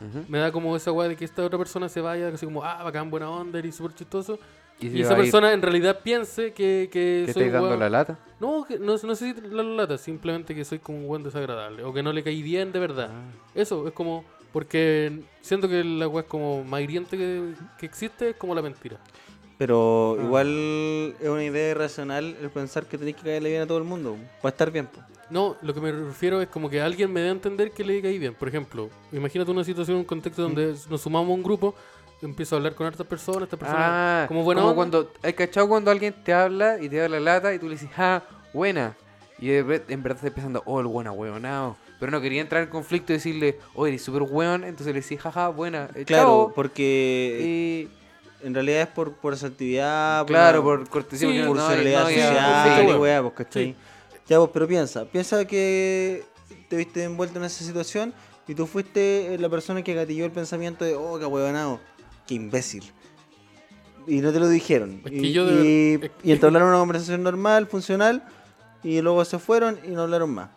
Ujú. me da como esa weá de que esta otra persona se vaya, así como, ah, bacán, buena onda, y súper chistoso. se Y va esa a ir. persona en realidad piense que, que Te soy estáis un dando hueón- la lata. No, que no, no sé si la lata, simplemente que soy como un buen desagradable o que no le caí bien de verdad. Ah. Eso es como, porque siento que la weá es como más hiriente que, que existe, es como la mentira. Pero Ah. igual es una idea irracional el pensar que tenés que caerle bien a todo el mundo. Va a estar bien. po. No, lo que me refiero es como que alguien me dé a entender que le caí bien. Por ejemplo, imagínate una situación, un contexto donde Mm. nos sumamos a un grupo, empiezo a hablar con hartas personas, estas personas Ah, como buena onda. cuando. ¿Has cachado cuando alguien te habla y te da la lata y tú le dices, ah, buena? Y de re- en verdad estás pensando, oh, el buena, hueonao. Pero no quería entrar en conflicto y decirle, oh, eres súper hueón. Entonces le decís, jaja, buena. eh, Claro, chao". porque Y- en realidad es por, por asertividad, claro, por, por Sí, cortesía. porque no- no- funcionalidad no había- social sí, y sí. weá, pues, ¿cachai? Ya, pues, pero piensa, piensa que te viste envuelto en esa situación y tú fuiste eh, la persona que gatilló el pensamiento de, oh, qué huevonao, qué imbécil. Y no te lo dijeron. Es que y, yo de ver- y- es y que- entablaron una conversación normal, funcional, y luego se fueron y no hablaron más.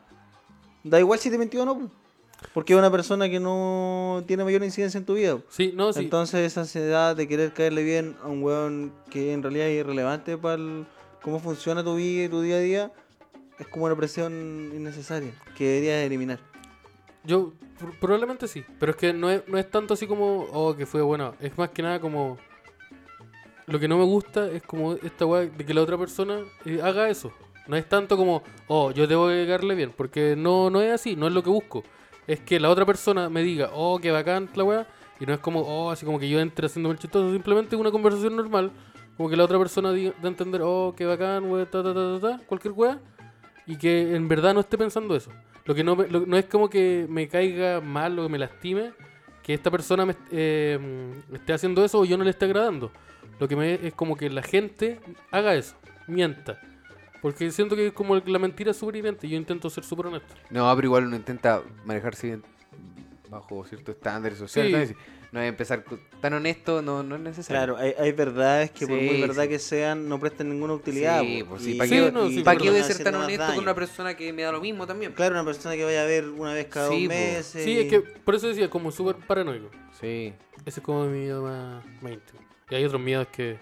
Da igual si te mintió o no, po, porque es una persona que no tiene mayor incidencia en tu vida. po. Sí, no, sí. Entonces esa ansiedad de querer caerle bien a un weón que en realidad es irrelevante para cómo funciona tu vida y tu día a día, es como una presión innecesaria que deberías eliminar. Yo pr- probablemente sí, pero es que no es, no es tanto así como, oh, que fue bueno, es más que nada como... Lo que no me gusta es como esta weá de que la otra persona eh, haga eso. No es tanto como, oh, yo debo llegarle bien, porque no, no es así, no es lo que busco. Es que la otra persona me diga, oh, qué bacán la weá, y no es como, oh, así como que yo entre haciéndome el chistoso, simplemente una conversación normal, como que la otra persona diga, da a entender, oh, qué bacán, weá, ta, ta, ta, ta, ta, cualquier weá, y que en verdad no esté pensando eso. Lo que no, me- lo- no es como que me caiga mal o que me lastime que esta persona me est- eh, mm, esté haciendo eso o yo no le esté agradando. Lo que me es como que la gente haga eso, mienta. Porque siento que es como el- la mentira es súper evidente. Yo intento ser súper honesto. No, pero igual uno intenta manejarse bien bajo ciertos estándares sociales. Sí. ¿no? Es decir, No hay que empezar co- tan honesto, no, no es necesario. Claro, hay, hay verdades que por Sí, muy verdad sí. que sean no prestan ninguna utilidad. Sí, po, pues sí, y- ¿pa' qué- Sí, no, sí, ¿Para por qué lo voy a menos ser tan haciendo más honesto daño? con una persona que me da lo mismo también? Claro, una persona que vaya a ver una vez cada Sí, dos po. meses. Sí, es que por eso decía, como súper paranoico. Sí. Ese es como mi miedo más, más íntimo. Y hay otros miedos que,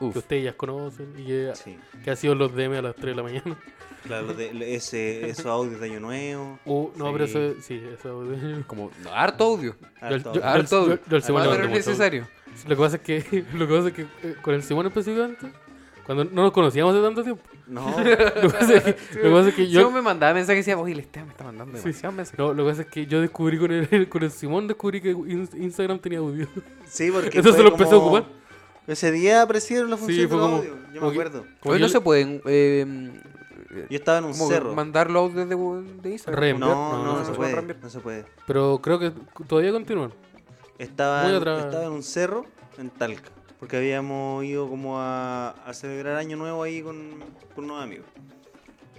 que Uf. ustedes ya conocen y que, Sí, que han sido los DM a las 3 de la mañana. claro, lo de- lo- ese, esos audios de Año Nuevo. O, Uh, no, Sí. pero eso, sí, eso. Como no, harto audio. harto yo- audio. al- Harto audio. yo- yo al segundo Ah, no pero es tengo mucho necesario. Lo que pasa es que, lo que, pasa es que eh, con el Simón específicamente, cuando no nos conocíamos hace tanto tiempo, No, lo que pasa es que, lo que pasa es que Yo, yo... me mandaba mensajes y decía, oye, el Esteban me está mandando Sí. demasiados mensajes. No, lo que pasa es que yo descubrí con el, con el Simón, descubrí que in- Instagram tenía audio. sí, porque. Entonces fue lo empezó a como- ocupar. Ese día aparecieron las Sí, funciones fue de los como- audios, Yo como me que- acuerdo. Como Hoy yo- no se pueden eh, Yo estaba en un como cerro. mandar los audios de, de Instagram. Rem. No, enviar- no, no, no, no se se puede. puede No se puede. Pero creo que todavía continúan. Estaba, Muy en- atrás. estaba en un cerro en Talca. Porque habíamos ido como a, a celebrar Año Nuevo ahí con, con unos amigos.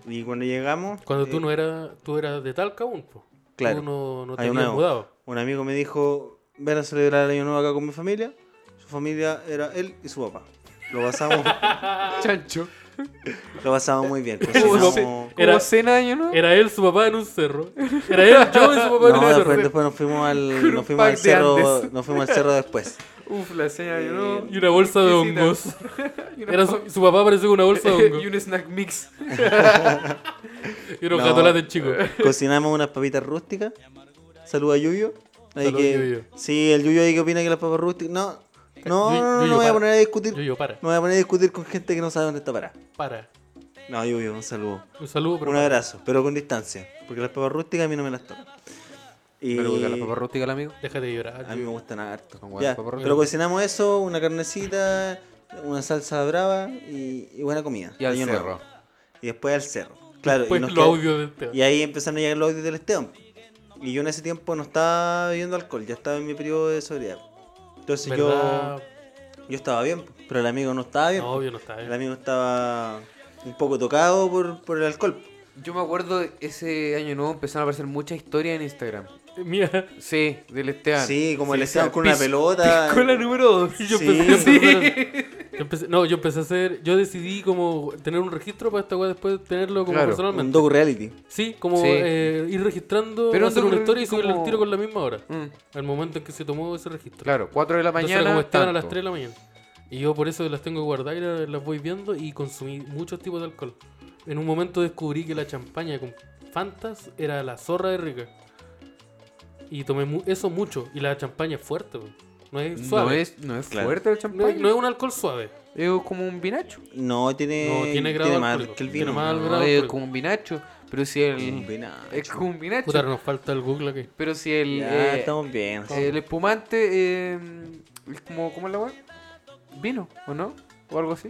Y cuando llegamos. Cuando eh, tú no eras, tú eras de Talca aún, po. Claro. Tú no, no te Ahí habías nuevo. mudado. Un amigo me dijo, ven a celebrar el año nuevo acá con mi familia. Su familia era él y su papá. Lo pasamos, Chancho. lo pasamos muy bien. Como Cocinamos- se- No, Como Era- cena de año, ¿no? Era él, su papá en un cerro. Era él, yo y su papá en un después, cerro. después nos fuimos al, Con nos un fuimos pack al de cerro, Andes. nos fuimos al cerro después. Uf, la cena de año, ¿no? eh, Y una bolsa de Exquisita. hongos. Y una Era su, su papá apareció con una bolsa de hongos. y un snack mix. Y unos No. gatolates chicos. Cocinamos unas papitas rústicas. Saluda a Yuyo. Ahí Saluda a que- Yuyo. Sí, el Yuyo ahí que opina que las papas rústicas. No, Eh, no, Yuyo, no, no, no me voy para. a poner a discutir. Yo, No yo, para, me voy a poner a discutir con gente que no sabe dónde está parada. para. No, Yuyo, un saludo. Un saludo, pero Un abrazo, pero con distancia. Porque las papas rústicas a mí no me las tocan. Y... Pero gusta las papas rústicas al amigo. déjate de llorar. A mí me gustan harto. Con guay, Ya, las papas pero cocinamos eso, una carnecita, una salsa brava y, y buena comida. Y al Año nuevo. cerro. Y después al cerro. Claro, Después y, nos los queda- audios Pues del tema. y ahí empezaron a llegar los audios del Esteban. Y yo en ese tiempo no estaba bebiendo alcohol, ya estaba en mi periodo de sobriedad. Entonces yo, eh, ¿Verdad? yo estaba bien, pero el amigo no estaba bien. No, obvio no Eh, está El bien. amigo estaba un poco tocado por, por el alcohol. Yo me acuerdo ese año nuevo empezaron a aparecer muchas historias en Instagram. Mira, Sí, del Esteban. Sí, como el Esteban Esteban con una pelota. Con la número 2. yo Sí. empecé, Sí. yo empecé- yo empecé- no, yo empecé a hacer, yo decidí como tener un registro para esta weá después de tenerlo como Claro, Un personalmente. docu reality. Sí, como Sí. eh, ir registrando, Pero un hacer una docu- historia y subirle el como- tiro con la misma hora. Al momento en que se tomó ese registro. Mm, Claro, 4 de la Entonces era mañana. como estaban a las tanto. 3 de la mañana. Y yo por eso las tengo guardadas y la- las voy viendo y consumí muchos tipos de alcohol. En un momento descubrí que la champaña con Fantas era la zorra de rica. Y tomé mu- eso mucho. Y la champaña es fuerte, po. no es No suave. es, no es Claro. fuerte el No es, champán. no es un alcohol suave. Es como un vinacho. No, tiene, No, tiene grado más alcohólico. que el Tiene vino. más- Ah, el No, grado es alcohólico. como un vinacho. Pero si el. Combinado. Es como un vinacho. Puta, nos falta el Google aquí. Pero si el. Ya, eh, estamos bien. El espumante eh, es como. ¿Cómo es la weá? Vino, ¿o no? O algo así.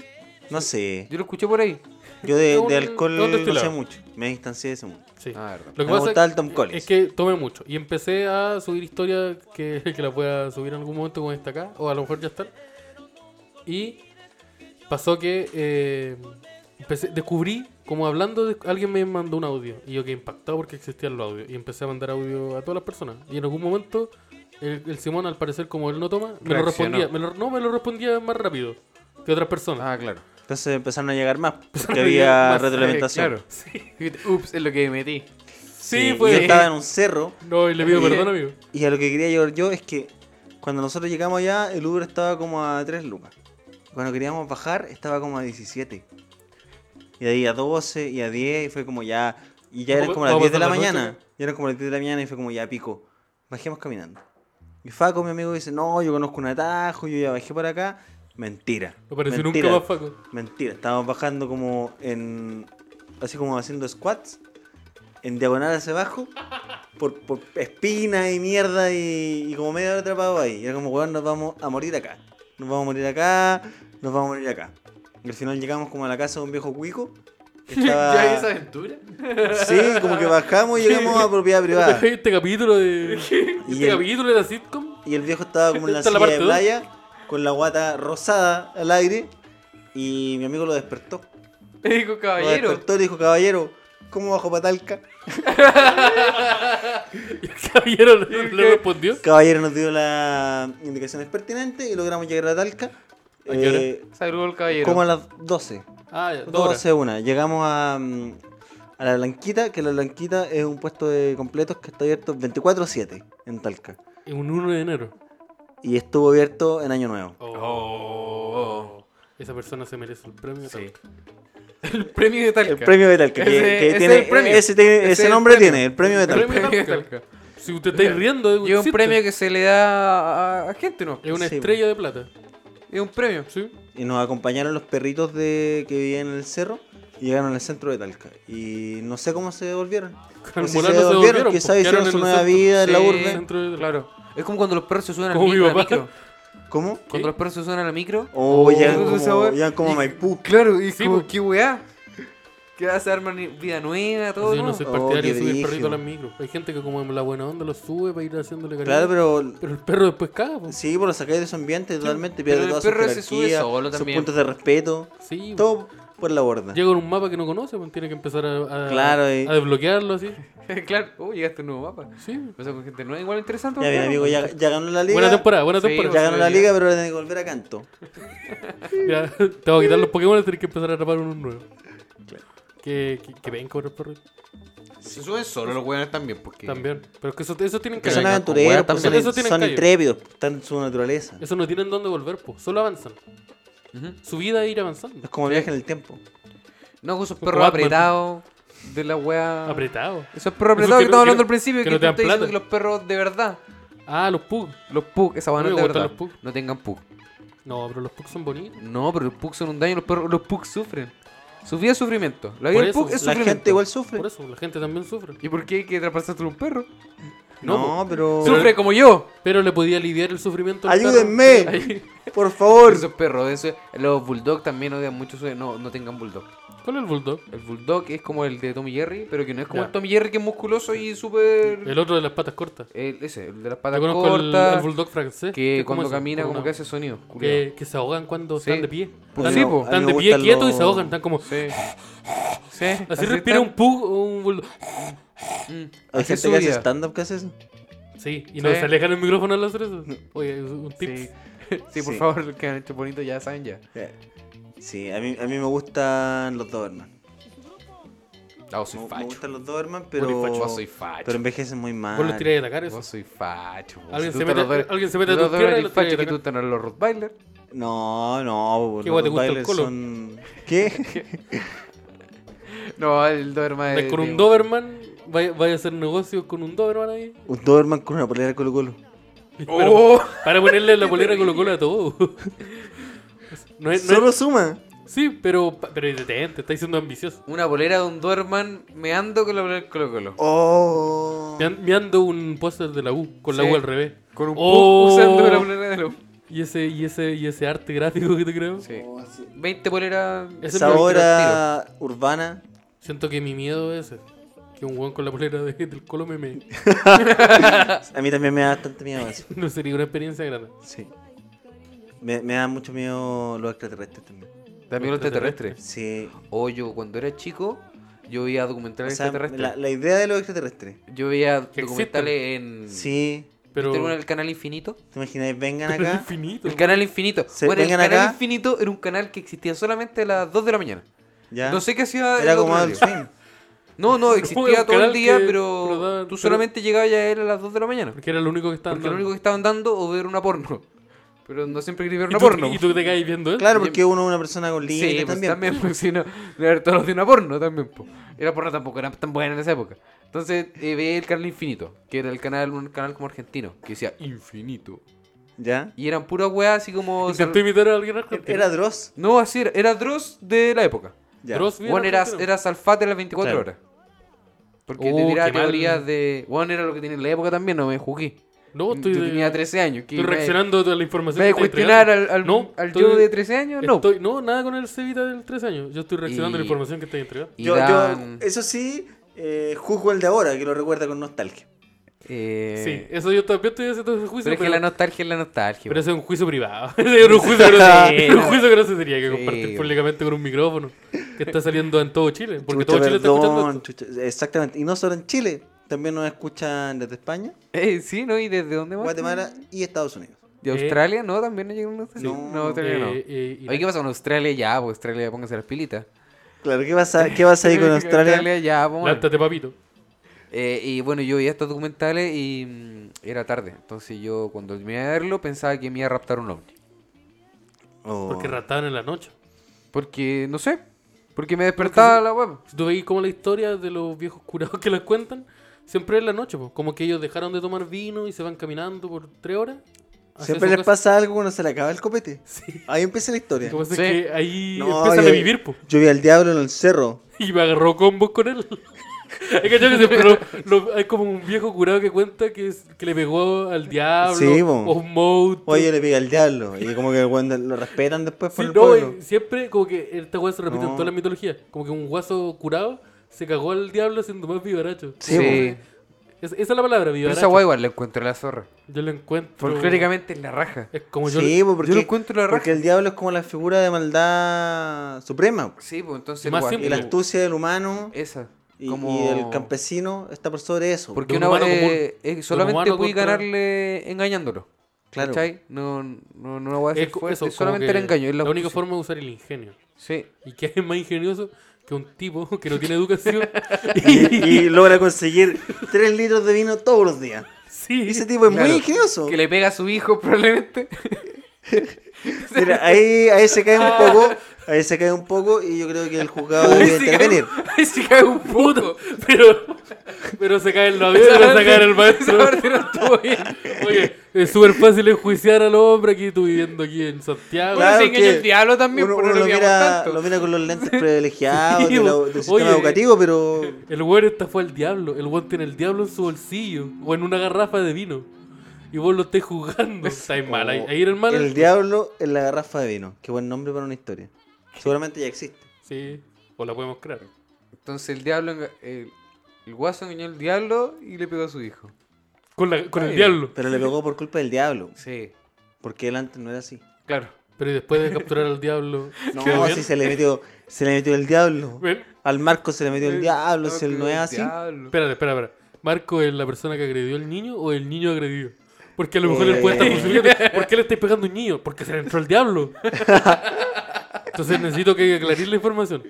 No sé. Yo lo escuché por ahí. Yo de, Es un- de alcohol es un no destilado. sé mucho. Me distancié de ese mundo. Sí. Ah, verdad. Lo que Me pasa gustaba el Tom es- Collins. es que tomé mucho. Y empecé a subir historias que, que las voy a subir en algún momento como esta acá. O a lo mejor ya están. Y pasó que eh, empecé- descubrí, como hablando, de- alguien me mandó un audio. Y yo quedé impactado porque existían los audios. Y empecé a mandar audio a todas las personas. Y en algún momento, el, el Simón, al parecer, como él no toma, me lo Reaccionó. respondía. me lo- no, me lo respondía más rápido que otras personas. Ah, claro. Entonces empezaron a llegar más, porque a había llegar más, eh, retroalimentación. claro. Dijiste, Ups, es lo que me metí. sí, Ah. Y Yo pues. estaba en un cerro No, y le pido Oye. perdón, amigo. y a lo que quería llegar yo es que cuando nosotros llegamos allá, el Uber estaba como a 3 lucas. Cuando queríamos bajar, estaba como a 17. Y de ahí a 12 y a 10, y fue como ya. Y ya eran Vamos- como las vamos 10 de la pasando la noche mañana. Ya eran como las 10 de la mañana y fue como ya pico. Bajemos caminando. Y Faco, mi amigo, dice: No, yo conozco un atajo, yo ya bajé para acá. Mentira. No apareció mentira. nunca más Faco. Mentira, estábamos bajando como en. Así como haciendo squats. En diagonal hacia abajo. Por, por espina y mierda y, y como media hora atrapado ahí. Y era como, weón, nos vamos a morir acá. Nos vamos a morir acá. Nos vamos a morir acá. Y al final llegamos como a la casa de un viejo cuico. que ¿Ya hay esa estaba- aventura? Sí, como que bajamos y llegamos a propiedad privada. Este capítulo de. Y Este el- capítulo de la sitcom. Y el viejo estaba como en la Esta es silla la de parte dos. playa. Con la guata rosada al aire. Y mi amigo lo despertó. Me dijo Lo caballero. despertó y le dijo, caballero, ¿cómo bajo patalca? Y el caballero le, le respondió. Caballero nos dio las indicaciones pertinentes y logramos llegar a Talca. ¿A qué hora? eh, Saludó el caballero. como a las 12. Eh, Ah, ya, dos horas. 12 una. Llegamos a, mm, a la Blanquita, que la Blanquita es un puesto de completos que está abierto 24-7 en Talca. Un 1 de enero. Y estuvo abierto en Año Nuevo. Oh. Esa persona se merece el premio. Sí. El premio de Talca. El premio de Talca. que- Ese- que ese tiene- es el premio. ese tiene- Ese ese es el nombre premio. tiene, el premio de El Talca. premio de Talca. Si usted está riendo, Y es un existe. premio que se le da a, a gente, ¿no? Es una Sí. pues. estrella de plata. Es un premio. Sí. Y nos acompañaron los perritos de que vivían en el cerro y llegaron al centro de Talca. Y no sé cómo se devolvieron. Al Pues si molar se no devolvieron, quizá pues, hicieron quedaron su en el nueva centro. vida en la Sí. urbe. Centro de- Claro. Es como cuando los perros se suben al Como mi micro. a la papá. micro. ¿Cómo? Cuando los perros se suben a la micro. Oh, llegan ¿tú sabes, como, weón? llegan como a Y- Maipú. Claro, y Sí, como, po. qué weá. Que se arman y- vida nueva, todo. Yo pues no ¿no? soy Oh, partidario qué de subir brígido. perrito a las micro. Hay gente que como en la buena onda lo sube para ir haciéndole cariño. Claro, pero Pero el perro después caga. pues. po. sí, por lo sacáis de su ambiente totalmente, pero pierde el toda su perro se sube jerarquía, solo sus también. puntos de respeto, Sí. po. todo por la borda. Llega con un mapa que no conoce, pues tiene que empezar a, a- Claro, y- a desbloquearlo así. claro, oh, llegaste a un nuevo mapa. Sí. O sea, con gente nueva, igual interesante. Ya ¿no? bien, amigo, ya, ya ganó la liga. Buena temporada, buena Sí, temporada. Ya ganó la Posibilidad. liga, pero le tenés que volver a canto. Ya, te voy a quitar los Pokémon y tenés que empezar a atrapar uno nuevo. Que, que, que ven cobrar perros Se suben solo los weones también, porque. también. Pero es que eso, eso tienen Que que Pero son venga, aventureros, con pues, hueá también. son, Eso tienen son callo. intrépidos, pues, están en su naturaleza. Eso no tienen dónde volver, po. solo avanzan. Ujú. Su vida es ir avanzando. Es como viaje en el tiempo. No, con esos Como perros Batman. apretados de la Ah. weá. Apretado. Esos Esos perros apretados que que, no- estamos hablando que al principio, no- que, que no tú te dan estás diciendo plata. que los perros de verdad, Ah, los Pug. los pug, esa weá No no es me de gustan verdad. los pug. No tengan pug. No, pero los Pug son bonitos. No, pero los pug son un daño, los perros, los pug sufren. Su vida es sufrimiento. La vida Por del eso, pug es La sufrimiento. gente igual sufre. Por eso, la gente también sufre. ¿Y por qué hay que traspasártelo a un perro? No, No, pero. Sufre como yo. Pero le podía aliviar el sufrimiento. al perro. ¡Ayúdenme! Ahí. Por favor. Esos perros, eso- los bulldog también odian mucho su... No, no tengan bulldog. ¿Cuál es el bulldog? El bulldog es como el de Tommy Jerry, pero que no es como Ya. el Tommy Jerry que es musculoso y súper... El otro de las patas cortas. El- Ese, el de las Yo patas conozco el- el, cortas, bulldog francés. que es como cuando ese, camina con como una- que hace sonido. culiao. que, que se ahogan cuando Sí. están de pie. Pues Están, sí, A po. mí están me de pie gustan quietos y los- se ahogan. Están como. Sí. sí. Así, respira un están. pug o un bulldog. Mm. Hay Así es gente que su hace vida. stand-up que hace eso. Sí, y no Sí. se alejan el micrófono al hacer eso. Oye, es un tip. Sí. sí, por Sí. favor, los que han hecho bonito ya saben ya. Eh, Sí, a mí, a mí me gustan los Doberman. Ah, vos Me, soy me facho. gustan los Doberman, Vos soy pero, facho, Vos soy facho. pero envejecen muy mal. Vos los tiráis a atacar eso. Vos soy facho. vos. Alguien Si se tú te mete- los doy- alguien se mete a te los tus doy piernas y el los facho tira que acá. tú tenés los Rottweiler. No, no, ¿Qué los guay te gusta el Rottweilers colo? son... ¿Qué? No, el Doberman Vais es con de- un Doberman, vaya, vaya a hacer negocios con un Doberman ahí. Un Doberman con una polera de Colo Colo. ¡Oh! Para ponerle la polera Colo Colo a todo. No es, no es- Solo suma. sí, pero, pero detente, estáis siendo ambicioso. Una polera de un Doberman meando con la polera del Colo Colo. Oh. Me an- me ando un póster de la U, con la Sí. U al revés. Con un Oh. pug usando la polera de los... Y ese, y ese, y ese arte gráfico que te creo. Sí. 20 poleras... Ese Oh, Esa me lo hora urbana. Siento que mi miedo es ese. Que un weón con la polera de- del Colo me me. A mí también me da bastante miedo eso. No sería una experiencia grande. Sí. Me, me da mucho miedo los extraterrestres también. ¿Te amigo extraterrestre? Sí. O yo cuando era chico, yo veía O documentales sea, extraterrestres. la, la idea de los extraterrestres. Yo veía Que documentales Mm. en... Sí. Pero. ¿Viste alguno del canal Infinito? ¿Te imagináis? Vengan pero es acá. infinito. El canal Infinito. Se- bueno, el vengan canal acá. Infinito era un canal que existía solamente a las 2 de la mañana. Ya. No sé qué hacía. Era el otro como Adult horario. Swim. No, no, No, era existía un todo el canal día, que- pero, pero daban- tú pero- solamente llegabas ya a él a las 2 de la mañana. Porque era lo único que estaba Porque lo único que estaban dando o ver una porno. Pero no siempre quería ver ¿Y, una tú, porno. y tú te caes viendo eso. Claro, porque uno es una persona con límites Sí, pues también. también, pues si no, de ver todos los de una porno también. po. Y la porno tampoco era tan buena en esa época. Entonces eh, veía el canal Infinito, que era el canal, un canal como argentino, que decía Infinito. Ya. Y eran puras weas así como. Intentó imitar a alguien argentino. Era Dross. No, así era, era Dross de la época. Ya. Dross bien Bueno, era, argentino. era Salfate las 24 Claro. horas. Porque Oh, te qué tiraba mal. teorías de. Bueno, era lo que tenía en la época también, no me juzgué. No, Yo Oh, estoy, de- tenía 13 años. Que estoy me- reaccionando a la ¿Me información. voy a que estoy cuestionar al, entregando. al, No, al estoy- yo de 13 años? No. Estoy- no, nada con el Cevita del 3 años. Yo estoy reaccionando a la Y- información que te entregando. Y Yo, yo- dan, eso sí, eh, juzgo el de ahora, que lo recuerda con nostalgia. eh, Sí, eso yo también estoy haciendo ese juicio. Pero es que la nostalgia es la nostalgia. Pero po. ese es un juicio privado. Ese es un juicio que no se, un juicio que no se tendría que Sí, compartir bueno. públicamente con un micrófono. Que está saliendo en todo Chile. Porque Chucha, todo Chile está escuchando perdón, esto. chucha, exactamente. Y no solo en Chile, también nos escuchan desde España, Eh, sí, ¿no? ¿Y desde dónde más? Guatemala y Estados Unidos. ¿De Eh, Australia? No, también no llegaron a Australia. No, no, Australia no. Eh, eh, y- Oye, ¿qué pasa con Australia ya? Pues Australia, pónganse las pilitas. Claro, ¿qué vas a, qué vas a ir con Australia? ya, po, man. Lántate, papito. Eh, y bueno, yo veía estos documentales y mm, era tarde. Entonces yo cuando terminé de verlo pensaba que me iba a raptar un ovni. Oh. Porque rataban en la noche. Porque, no sé, porque me despertaba la web. Si tú veis como la historia de los viejos curados que las cuentan, siempre es la noche. po. Como que ellos dejaron de tomar vino y se van caminando por tres horas. hacia Siempre su les casa. pasa algo cuando se le acaba el copete. Ahí empieza la historia. Lo que pasa es Sí. que ahí No, empiezan yo- a vivir, po. Yo vi al diablo en el cerro. Y me agarró combos con él. Hay que echarle ese- pero lo- hay como un viejo curado que cuenta que, es- que le pegó al diablo Sí, po. o un mout. Oye, yo le pegué al diablo. Y como que cuando lo respetan después por Sí, el no, pueblo. y siempre como que esta weá se repite en No. toda la mitología. Como que un guaso curado se cagó al diablo siendo más vivaracho. Sí, Sí. Es- esa es la palabra, Pero vivaracho. esa guay igual la encuentro la zorra. Yo lo encuentro. Folclóricamente es la raja. Es como yo. Sí, porque, yo lo encuentro la porque raja. el diablo es como la figura de maldad suprema. Sí, pues entonces Y más guay- simple, Y la astucia del humano Esa. y, como... y el campesino está por sobre eso. pues. Porque De un una humano eh, eh, solamente humano pude contra- ganarle engañándolo. Claro. ¿Cachai? No, no, no la voy a Es decir co- fuerte, eso, como solamente que el engaño. Es la, la única justicia. forma de usar el ingenio. Sí. Y que es más ingenioso que un tipo que no tiene educación. y, y logra conseguir 3 litros de vino todos los días. sí. Ese tipo es Claro. muy ingenioso. Que le pega a su hijo probablemente. Mira, ahí, ahí se cae un poco, ahí se cae un poco y yo creo que el juzgado Ahí debe se cae intervenir. un- ahí Este se cae un puto. Pero, pero se cae el novio, se Esa cae el parte- esa maestro. parte no estuvo bien. Oye, es súper fácil enjuiciar al hombre aquí, tú viviendo aquí en Santiago. Claro. se que engaña el diablo también, uno, pero uno lo, no lo veamos mira, tanto. lo mira con los lentes privilegiados Sí, de la- bo- del sistema oye. educativo, pero El weón estafó al diablo. El weón tiene el diablo en su bolsillo o en una garrafa de vino. Y vos lo estés jugando. Estáis mal. Ahí, ahí era el mal. el diablo en la garrafa de vino. Qué buen nombre para una historia. Seguramente ya existe. Sí, o la podemos crear. Entonces el diablo. enga- El, el guaso engañó al diablo y le pegó a su hijo. Con, la- con Está el bien. diablo. Pero le pegó por culpa del diablo, Sí, porque él antes no era así. claro. Pero después de capturar al diablo. quedó No, bien. si se le metió, se le metió el diablo. Ven, Al Marco se le metió el diablo, No, si él que no es el así. diablo. Espérate, espera, espera. ¿Marco es la persona que agredió al niño o el niño agredido? Porque a lo mejor él puede estar Eh. justificando, ¿Por qué le estáis pegando a un niño? Porque se le entró el diablo. Entonces necesito que aclaréis la información.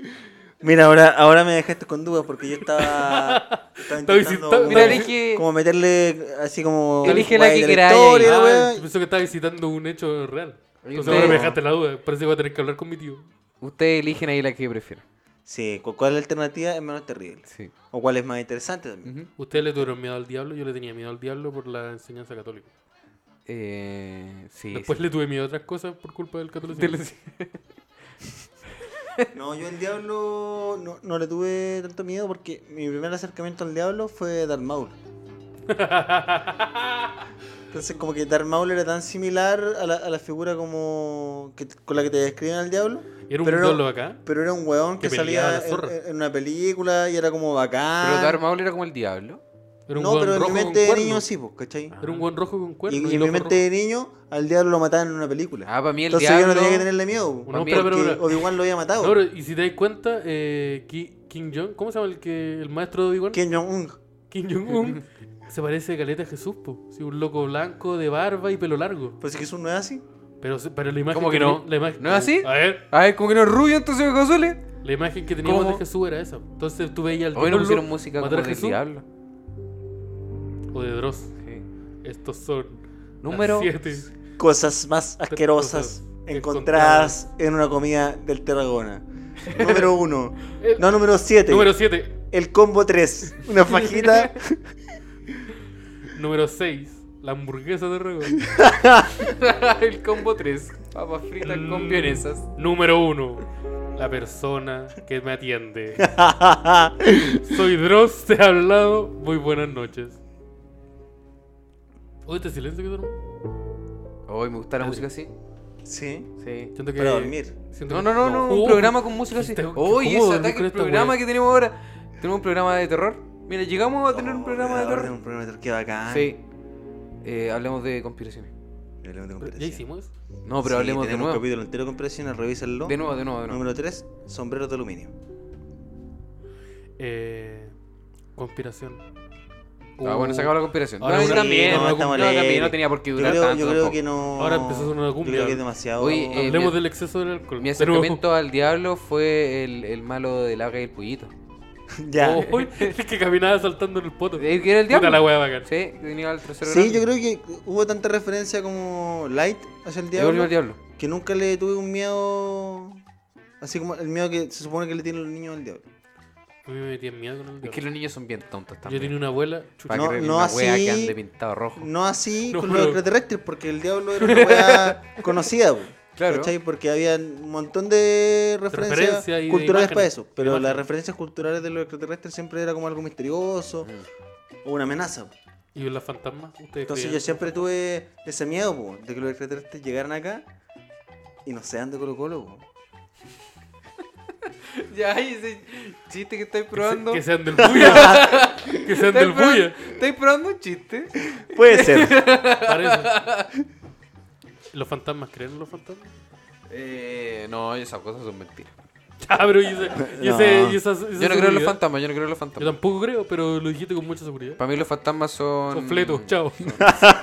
Mira, ahora, ahora me dejaste con dudas porque yo estaba. estaba Estaba intentando visitando- como, Mira, elige- como meterle así como. Elige la guay que de queráis historia, ahí. pues. la Ah, weá. pensó que estaba visitando un hecho real. Entonces Ustedes- ahora me dejaste la duda. Parece que voy a tener que hablar con mi tío. Ustedes eligen ahí la que prefieran. Sí, cu- ¿cuál alternativa es menos terrible? Sí. ¿O cuál es más interesante también? Ujú. Ustedes le tuvieron miedo al diablo. Yo le tenía miedo al diablo por la enseñanza católica. Eh, sí. Después sí. le tuve miedo a otras cosas por culpa del catolicismo. No, yo al diablo no, no le tuve tanto miedo porque mi primer acercamiento al diablo fue Darth Maul. Entonces, como que Darth Maul era tan similar a la, a la figura como que, con la que te describen al diablo. Era un Pero no- diablo acá. Pero era un weón Que que, peleaba salía la zorra. en, en una película y era como bacán. Pero Darth Maul era como el diablo. Era un no, weón pero en mi rojo con mente de cuerno. niño sí, pues, ¿cachai? Ah, Era un buen rojo con cuerno. Y, y el en mi ojo mente de niño, al diablo lo mataron en una película. Ah, para mí el Entonces diablo. yo no tenía que tenerle miedo. pues, No, porque pero- pero- pero- Obi-Wan lo había matado. rojo. No, pero, y si te das cuenta, eh, Ki- Kim Jong, ¿cómo se llama el que el maestro de Obi-Wan? Kim Jong-un. Kim Jong-un se parece a Caleta a Jesús, po. Sí, un loco blanco de barba y pelo largo. Pero Pues si Jesús no es así. Pero, se- pero la imagen ¿Cómo que teni- no? la imagen- ¿No es así? A ver, A ver, como que no es rubio, entonces me casuele. la imagen que teníamos ¿Cómo? de Jesús era esa. Entonces tú veías al Hoy diablo no pusieron música como matar a del Jesús diablo. o de Dross. Sí. Estos son Número. las siete Cosas más asquerosas encontradas. encontradas en una comida del Tarragona. número uno. No, número siete. Número 7. El combo 3. Una fajita. Número 6. La hamburguesa de Rego. el combo 3. Papas fritas con pionesas. Mm. Número 1. La persona que me atiende. Soy Dross, te he hablado. Muy buenas noches. Oye, este silencio que duermo. Hoy me gusta la música así. sí. Sí. Siento que. Para dormir. siento No, que- no, no, no, un Oh, programa con música así. está- qué Oye, cómodo ese dormir ataque, con el esta programa wea. que tenemos ahora. Tenemos un programa de terror. Mira, llegamos a tener un Oh, programa de ahora tengo terror. Un programa de terror que bacán. Sí. Eh, hablemos de conspiraciones. Yo le tengo ¿Ya comparación. hicimos? No, pero Sí, hablemos de tenemos nuevo. un capítulo entero con presiones, revísenlo. De nuevo, de nuevo, de nuevo. Número 3, sombreros de aluminio. Eh, conspiración. Ah, bueno, se acabó la conspiración. Ahora no, yo sí, también, no, no, yo estamos también, alegres. no tenía por qué Yo durar creo, tanto. yo creo tampoco. que no. Ahora empezó a sonar una Yo cumbia. creo que es demasiado. Oye, eh, Hablemos mi- del exceso del alcohol. Mi De nuevo. acercamiento al diablo fue el, el malo del haga y el pollito. ya. Oh, el que caminaba saltando en el poto. ¿Eh, ¿Que era el diablo? Puta la wea bacán. Sí, que tenía el Oh, trasero Sí, grande. yo creo que hubo tanta referencia como Light hacia el Se diablo volvió el diablo. que nunca le tuve un miedo. Así como el miedo que se supone que le tienen los niños al diablo. A mí me metía en miedo con el Es diablo. que los niños son bien tontos Yo también. tenía una abuela. chucha, Para No, creer no una wea así- que ande pintado rojo. No así No, con pero- los extraterrestres, porque el diablo era una wea conocida, po, Claro. ¿cachai? Porque había un montón de referencias Referencia y de culturales imágenes, para eso. Pero imágenes. las referencias culturales de los extraterrestres siempre era como algo misterioso Mm. o una amenaza. po. Y las fantasmas. Ustedes Entonces creían. yo siempre tuve ese miedo, po, de que los extraterrestres llegaran acá y nos sean de Colo Colo, po. Ya, y ese chiste que estáis Que se- probando. Que sean del bulla. que sean del estáis, probando, bulla. estáis probando un chiste. Puede ser. Parece. ¿Los fantasmas creen en los fantasmas? Eh, no, esas cosas son mentiras. Ah, pero y ese, y ese- y esa- esa Yo no creo en los seguridad. fantasmas, yo no creo en los Yo fantasmas. tampoco creo, pero lo dijiste con mucha seguridad. Para mí los fantasmas son... Son fletos, chao.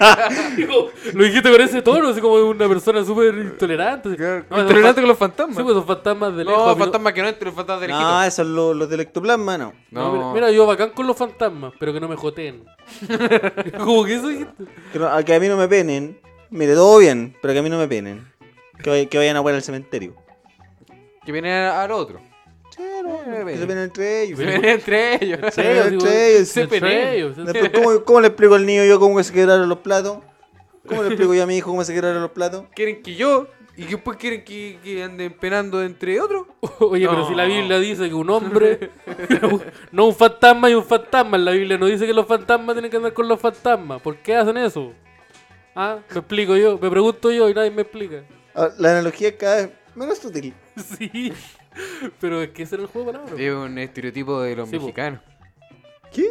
Digo, lo dijiste con ese tono, así como de una persona súper intolerante. Claro, No, intolerante con los son, fantasmas. sí, pues son fantasmas de lejos. a no, mí no- fantasmas que no entren, los fantasmas de lejito. no, esos son los, los del ectoplasma, no. No, mira, No. mira, yo bacán con los fantasmas, pero que no me joteen. como que eso dijiste. Que, no- a que a mí no me penen. Mire, todo bien, pero que a mí no me penen. Que, vay- que vayan a jugar al cementerio. Que vienen al otro. Sí, no, me que se penen. penen entre ellos. Se vienen pues. entre ellos. Sí, Pero, entre digo, ellos, se entre peleen. Después, ¿cómo, cómo le explico al niño yo cómo que se quebraron los platos? ¿Cómo le explico yo a mi hijo cómo se quebraron los platos? Quieren que yo... Y que después quieren que, que anden penando entre otros. Oye, pero No. si la Biblia dice que un hombre, no un fantasma y un fantasma, la Biblia no dice que los fantasmas tienen que andar con los fantasmas. ¿Por qué hacen eso? Ah, me explico yo, me pregunto yo y nadie me explica. Ah, La analogía es cada vez menos útil. Sí, pero es que ese era el juego de palabras. Es un estereotipo de los Sí, po. mexicanos. ¿Qué?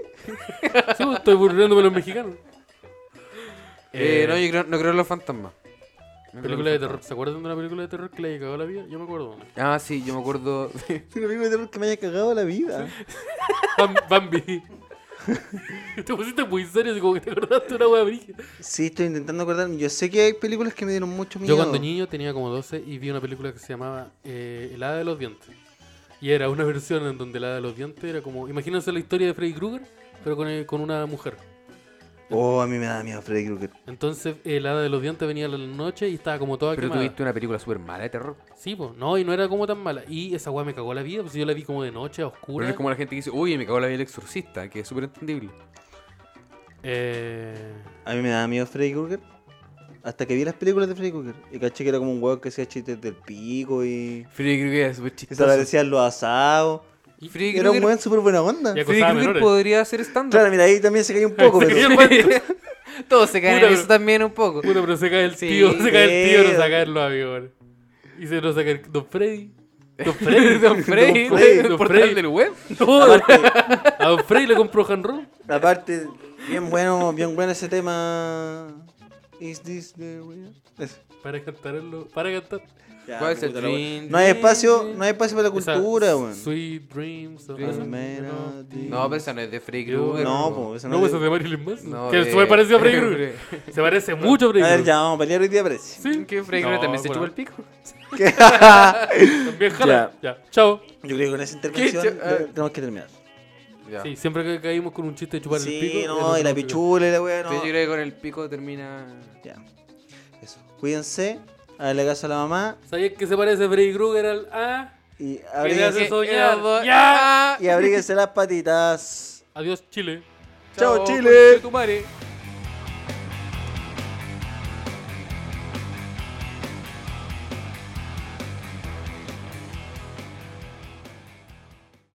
Sí, pues, estoy burlándome de los mexicanos. Eh, no, yo creo- no creo en los fantasmas. No creo en los Película de terror. fantasmas. ¿Se acuerdan de una película de terror que le haya cagado la vida? Yo me acuerdo. de una. Ah, sí, yo me acuerdo... Un amigo de terror que me haya cagado la vida. Bam- Bambi. te pusiste muy serio, así como que te acordaste de una wea brígida. Sí, estoy intentando acordarme. Yo sé que hay películas que me dieron mucho miedo. Yo cuando niño tenía como 12 y vi una película que se llamaba eh, El hada de los dientes. Y era una versión en donde el hada de los dientes era como... Imagínense la historia de Freddy Krueger, pero con, eh, con una mujer. Oh, a mí me da miedo Freddy Krueger. Entonces el hada de los dientes venía a la noche y estaba como toda Pero quemada. tuviste una película súper mala de terror. Sí, pues. No, y no era como tan mala. Y esa weá me cagó la vida, pues yo la vi como de noche, a Pero oscuras. es como la gente que dice, uy, me cagó la vida el exorcista, que es súper entendible. Eh, A mí me daba miedo Freddy Krueger. Hasta que vi las películas de Freddy Krueger. Y caché que era como un huevo que hacía chistes del pico y. Freddy Krueger es súper y se chistoso. aparecían los asados. Freddy Era un Krueger weón súper buena onda. Ya- Freddy Acosaba Krueger menores. podría ser estándar. Claro, mira, ahí también se cayó un poco, pero. Yo cuento. Todos se caen Puta, en pero- eso también un poco. Puta, pero se cae el Sí, tío, se cae el tío, pero- no se caen los aviones. Y se nos saca el... Don Freddy. Don Freddy. Don Freddy, Freddy, el Don portal Freddy. del web. No, Aparte, Don Freddy le compró hand roll. Aparte, bien bueno, bien bueno ese tema. Is this the real? Ese. Para cantarlo, para cantar. Ya, ¿Cuál es el puta la wea. dream, No hay dream, espacio, dream? no hay espacio para la Esa cultura, weón. Sweet Dreams. o- Dream esa- Melody. No, pero esa no es de Freddy Yo- Krueger. No, po. pues esa No, no. pues es- es de Marilyn Manson. No, que de- se parece a Freddy Krueger. Se parece mucho a Freddy A ver, Krueger. ya vamos a pelear hoy día, parece. Sí. Que Freddy Krueger No, también se bueno. chupa el pico. También jala. Ya, chao. Yo creo que con esa intervención cho- ah. eh, tenemos que terminar. Ya. Sí, siempre que caímos con un chiste de chupar Sí, el pico. no, y la pichula y la weá, no. Entonces yo creo que con el pico termina. Ya. Eso. Cuídense, háganle caso a la mamá ¿Sabías que se parece Freddy Krueger al A? ¿Qué y te hace abríguense, soñar? Mierda. ¡Ya! Ah, y abríguense las patitas. Adiós, Chile. Chao, Chile. conche Tu madre.